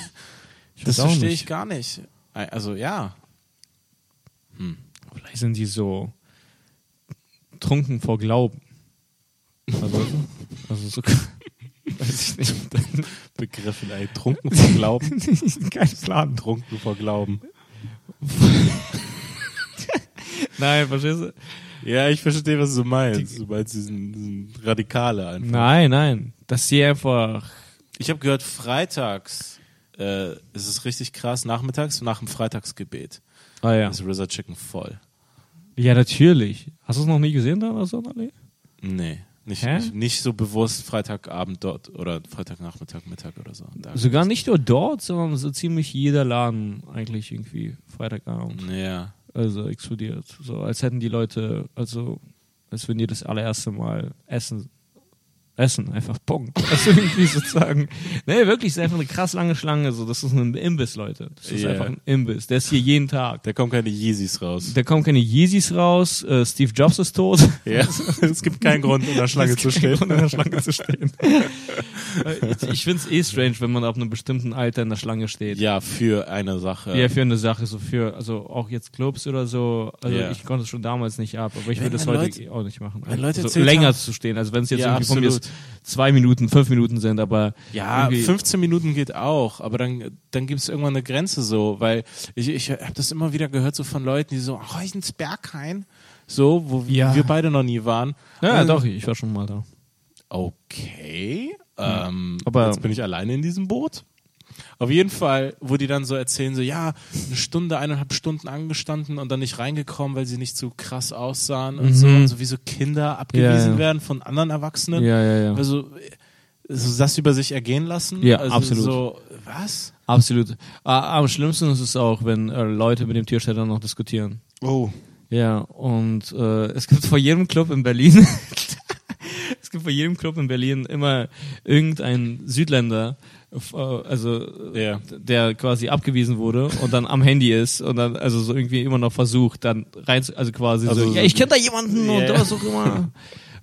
S1: Ich
S2: Das
S1: weiß auch
S2: verstehe
S1: nicht.
S2: ich gar nicht. Also ja.
S1: Vielleicht sind die so trunken vor Glauben. Also, also so. Weiß ich nicht.
S2: Begriffen, ey. Trunken vor Glauben.
S1: Kein Plan.
S2: Trunken vor Glauben.
S1: Nein, verstehst du?
S2: Ja, ich verstehe, was du meinst. Du meinst diesen, diesen Radikale einfach.
S1: Nein, nein. Dass sie einfach.
S2: Ich habe gehört, freitags äh, ist es richtig krass, nachmittags, nach dem Freitagsgebet,
S1: Ah ja.
S2: ist Rizza Chicken voll.
S1: Ja, natürlich. Hast du es noch nie gesehen da so einer
S2: Nee. Nicht,
S1: Hä?
S2: nicht, nicht so bewusst Freitagabend dort oder Freitagnachmittag, Mittag oder so. Da-
S1: Sogar nicht nur dort, sondern so ziemlich jeder Laden eigentlich irgendwie Freitagabend.
S2: Ja.
S1: Also explodiert. So als hätten die Leute, also als wenn die das allererste Mal essen. Essen, einfach Punkt. Also irgendwie sozusagen. Nee, wirklich, es ist einfach eine krass lange Schlange. So, das ist ein Imbiss, Leute. Das ist
S2: Ja.
S1: einfach ein Imbiss. Der ist hier jeden Tag.
S2: Da kommen keine Yeezys raus.
S1: Da kommen keine Yeezys raus, äh, Steve Jobs ist tot.
S2: Ja. es gibt keinen Grund, in der Schlange
S1: Es
S2: zu
S1: gibt keinen
S2: stehen.
S1: Grund, in der Schlange zu stehen. Äh, ich ich finde es eh strange, wenn man ab einem bestimmten Alter in der Schlange steht.
S2: Ja, für eine Sache.
S1: Ja, für eine Sache, so für, also auch jetzt Clubs oder so. Also
S2: Ja.
S1: ich konnte es schon damals nicht ab, aber ich
S2: Wenn-
S1: würde es
S2: wenn
S1: heute
S2: Leute-
S1: auch nicht machen.
S2: wenn Leute
S1: also
S2: erzählt
S1: länger
S2: haben-
S1: zu stehen, also wenn es jetzt
S2: Ja,
S1: irgendwie von mir
S2: absolut.
S1: jetzt zwei Minuten, fünf Minuten sind, aber
S2: Ja,
S1: irgendwie,
S2: 15 Minuten geht auch, aber dann, dann gibt es irgendwann eine Grenze so, weil ich, ich habe das immer wieder gehört so von Leuten, die so, oh, ich ins Berghain, so, wo
S1: Ja.
S2: wir beide noch nie waren.
S1: Ja,
S2: Und-
S1: doch, ich war schon mal da.
S2: Okay, ähm,
S1: Hm. Aber-
S2: jetzt bin ich alleine in diesem Boot. Auf jeden Fall, wo die dann so erzählen, so, ja, eine Stunde, eineinhalb Stunden angestanden und dann nicht reingekommen, weil sie nicht so krass aussahen und so, und so wie so Kinder abgewiesen
S1: Mhm. ja.
S2: werden von anderen Erwachsenen.
S1: Ja, ja, ja.
S2: Also, so das über sich ergehen lassen?
S1: Ja,
S2: also
S1: absolut.
S2: So, was?
S1: Absolut. Ah, am schlimmsten ist es auch, wenn äh, Leute mit dem Türsteher noch diskutieren.
S2: Oh.
S1: Ja, und äh, es gibt vor jedem Club in Berlin, es gibt vor jedem Club in Berlin immer irgendeinen Südländer, f- äh, also äh,
S2: Ja.
S1: der quasi abgewiesen wurde und dann am Handy ist und dann also so irgendwie immer noch versucht, dann rein, zu- also quasi
S2: Also
S1: so,
S2: so-
S1: ja, ich kenne da jemanden
S2: Ja,
S1: und
S2: ja.
S1: was auch immer.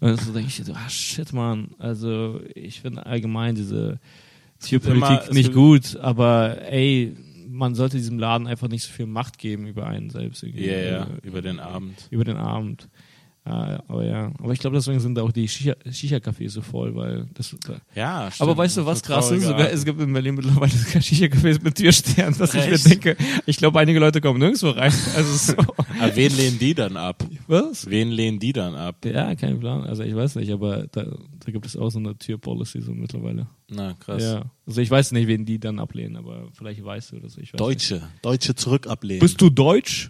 S1: und so denke ich so, ah shit, Mann, also ich finde allgemein diese
S2: immer- also
S1: Tierpolitik
S2: es
S1: nicht
S2: wird-
S1: gut, aber ey, man sollte diesem Laden einfach nicht so viel Macht geben über einen selbst.
S2: Ja,
S1: irgendwie.
S2: ja,
S1: Also,
S2: über den Abend.
S1: über den Abend. Äh, aber ja, aber ich glaube, deswegen sind auch die Shisha- Shisha-Cafés so voll, weil das.
S2: Ja, stimmt.
S1: aber weißt du, was
S2: So
S1: krass ist?
S2: trauriger
S1: Sogar,
S2: Abend.
S1: es gibt in Berlin mittlerweile sogar Shisha-Cafés mit Türstern, dass ich mir
S2: Echt?
S1: denke, ich glaube, einige Leute kommen nirgendwo rein. Also so.
S2: Aber wen lehnen die dann ab?
S1: Was?
S2: Wen lehnen die dann ab?
S1: Ja, kein Plan. Also ich weiß nicht, aber da, da gibt es auch so eine Tür-Policy so mittlerweile.
S2: Na, krass.
S1: Ja. Also ich weiß nicht, wen die dann ablehnen, aber vielleicht weißt du das. Ich weiß Nicht.
S2: Deutsche.
S3: Deutsche zurück ablehnen.
S1: Bist du deutsch?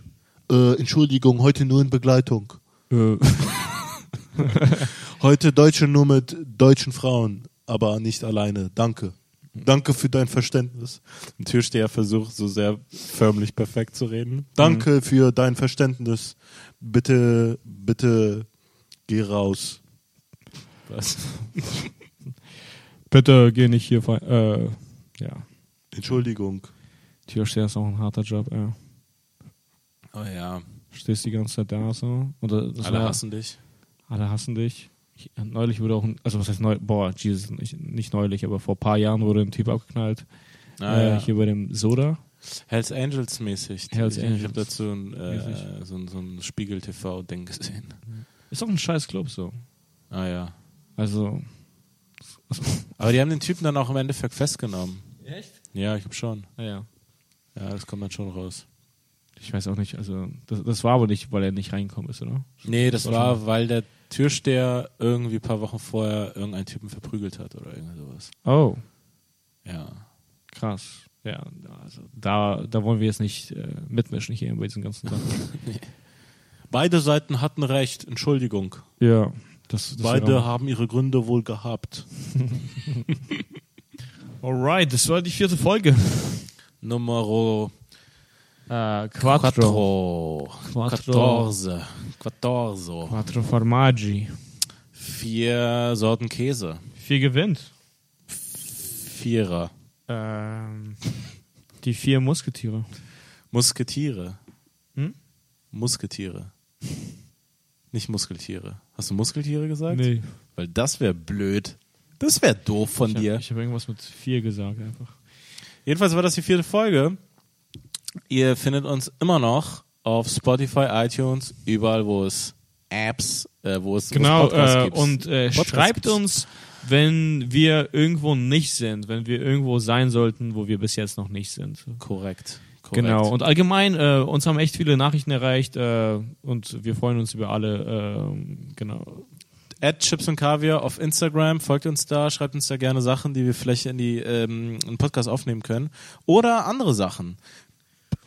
S3: äh, Entschuldigung, heute nur in Begleitung.
S1: Äh,
S3: Heute Deutsche nur mit deutschen Frauen, aber nicht alleine. Danke. Danke für dein Verständnis.
S2: Ein Türsteher versucht, so sehr förmlich perfekt zu reden. Mhm.
S3: Danke für dein Verständnis. Bitte, bitte geh raus.
S2: Was?
S1: bitte geh nicht hier rein. Äh, ja.
S3: Entschuldigung.
S1: Türsteher ist auch ein harter Job, ja.
S2: Oh ja,
S1: stehst die ganze Zeit da so. Oder das
S2: alle
S1: war,
S2: hassen dich.
S1: alle hassen dich. Ich, äh, neulich wurde auch, ein, also was heißt neulich, boah, Jesus, nicht, nicht neulich, aber vor ein paar Jahren wurde ein Typ abgeknallt.
S2: Ah,
S1: äh,
S2: ja.
S1: Hier bei dem Soda.
S2: Hells Angels mäßig.
S1: Hells
S2: ich
S1: Angels.
S2: habe dazu ein, äh,
S1: Mäßig.
S2: so, ein- so ein Spiegel-TV-Ding gesehen.
S1: Ist auch ein scheiß Club so.
S2: Ah ja.
S1: Also.
S2: Aber die haben den Typen dann auch im Endeffekt festgenommen.
S1: Echt?
S2: Ja, ich habe schon.
S1: Naja.
S2: Ja, das kommt dann schon raus.
S1: Ich weiß auch nicht, also das, das war aber nicht, weil er nicht reingekommen ist, oder?
S2: Nee, das
S1: war
S2: war, weil der Türsteher irgendwie ein paar Wochen vorher irgendeinen Typen verprügelt hat oder irgend sowas.
S1: Oh,
S2: Ja.
S1: krass. Ja, also da, da wollen wir jetzt nicht äh, mitmischen hier bei diesen ganzen Sachen.
S3: Beide Seiten hatten recht. Entschuldigung.
S1: ja, das, das
S3: Beide
S2: genau.
S3: haben ihre Gründe wohl gehabt.
S1: Alright, das war die vierte Folge.
S2: Numero
S1: Äh, Quattro.
S2: quattro.
S1: Quattro.
S2: Quattorze. Quattorzo.
S1: Quattro Formaggi.
S2: Vier Sorten Käse.
S1: Vier gewinnt.
S2: Vierer.
S1: Ähm, die vier Musketiere.
S2: Musketiere.
S1: Hm?
S2: Musketiere. Nicht Muskeltiere. Hast du Muskeltiere gesagt?
S1: Nee.
S2: Weil das wäre blöd. Das wäre doof von
S1: ich
S2: dir.
S1: Hab, ich habe irgendwas mit vier gesagt einfach.
S2: Jedenfalls war das die vierte Folge. Ihr findet uns immer noch auf Spotify, iTunes, überall, wo es Apps, äh, wo es wo es
S1: Genau,
S2: Podcasts
S1: äh,
S2: gibt.
S1: und äh,
S2: Podcasts
S1: schreibt
S2: gibt's.
S1: uns, wenn wir irgendwo nicht sind, wenn wir irgendwo sein sollten, wo wir bis jetzt noch nicht sind.
S2: Korrekt. korrekt.
S1: Genau, und allgemein, äh, uns haben echt viele Nachrichten erreicht äh, und wir freuen uns über alle. ähm, genau.
S2: At Chips und Kaviar auf Instagram. Folgt uns da, schreibt uns da gerne Sachen, die wir vielleicht in die ähm, einen Podcast aufnehmen können. Oder andere Sachen.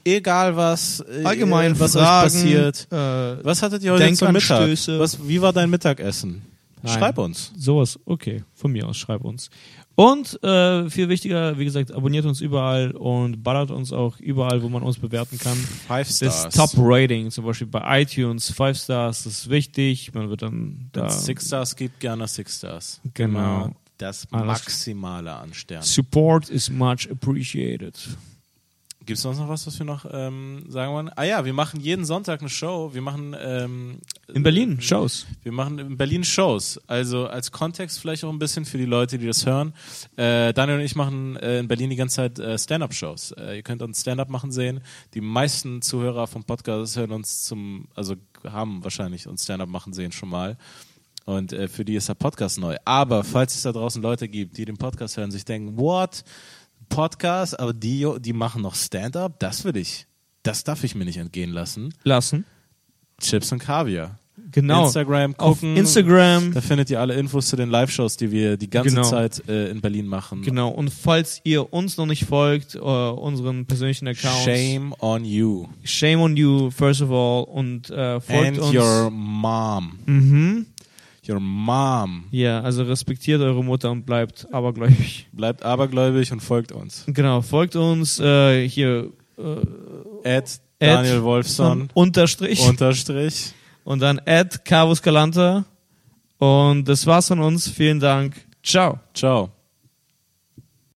S2: Egal was, äh,
S4: Allgemein,
S2: was euch
S4: Fragen,
S2: passiert.
S4: Äh,
S2: Was hattet ihr heute zum Mittag?
S4: Denkanstöße.
S2: Was, wie war dein Mittagessen?
S1: Nein.
S2: Schreib uns.
S1: Sowas, okay, von mir aus, schreib uns. Und äh, viel wichtiger, wie gesagt, abonniert uns überall und ballert uns auch überall, wo man uns bewerten kann.
S2: Five
S1: Das Top-Rating, zum Beispiel bei iTunes, 5 Stars, das ist wichtig. Man wird dann da
S2: Six Stars gibt gerne Six Stars.
S1: Genau.
S2: Immer Das
S1: Alles-
S2: Maximale an Sternen.
S1: Support is much appreciated.
S2: Gibt es sonst noch was, was wir noch ähm, sagen wollen? Ah ja, wir machen jeden Sonntag eine Show. Wir machen ähm,
S1: In Berlin, Shows.
S2: Wir machen in Berlin Shows. Also als Kontext vielleicht auch ein bisschen für die Leute, die das hören. Äh, Daniel und ich machen äh, in Berlin die ganze Zeit äh, Stand-up-Shows. Äh, ihr könnt uns Stand-up machen sehen. Die meisten Zuhörer vom Podcast hören uns zum, also haben wahrscheinlich uns Stand-up machen sehen schon mal. Und äh, für die ist der Podcast neu. Aber falls es da draußen Leute gibt, die den Podcast hören, sich denken, what? Podcast, aber die, die machen noch Stand-up? Das will ich. Das darf ich mir nicht entgehen lassen.
S1: Lassen.
S2: Chips und Kaviar.
S1: Genau.
S2: Instagram
S1: Auf
S2: gucken.
S1: Instagram.
S2: Da findet ihr alle Infos zu den Live-Shows, die wir die ganze
S1: Mhm. Genau.
S2: Zeit äh, in Berlin machen.
S1: Genau, und falls ihr uns noch nicht folgt, äh, unseren persönlichen Accounts,
S2: Shame on you
S1: Shame on you, first of all, und äh, folgt
S2: and
S1: uns.
S2: your mom.
S1: mhm.
S2: Your mom
S1: Ja, also respektiert eure Mutter und bleibt abergläubig.
S2: bleibt abergläubig und folgt uns.
S1: Genau, folgt uns äh, hier
S2: At Daniel
S1: zum
S2: Wolfson
S1: Unterstrich und,
S2: unterstrich.
S1: dann at Carvus Galanta. Und das war's von uns. Vielen Dank. Ciao.
S2: Ciao.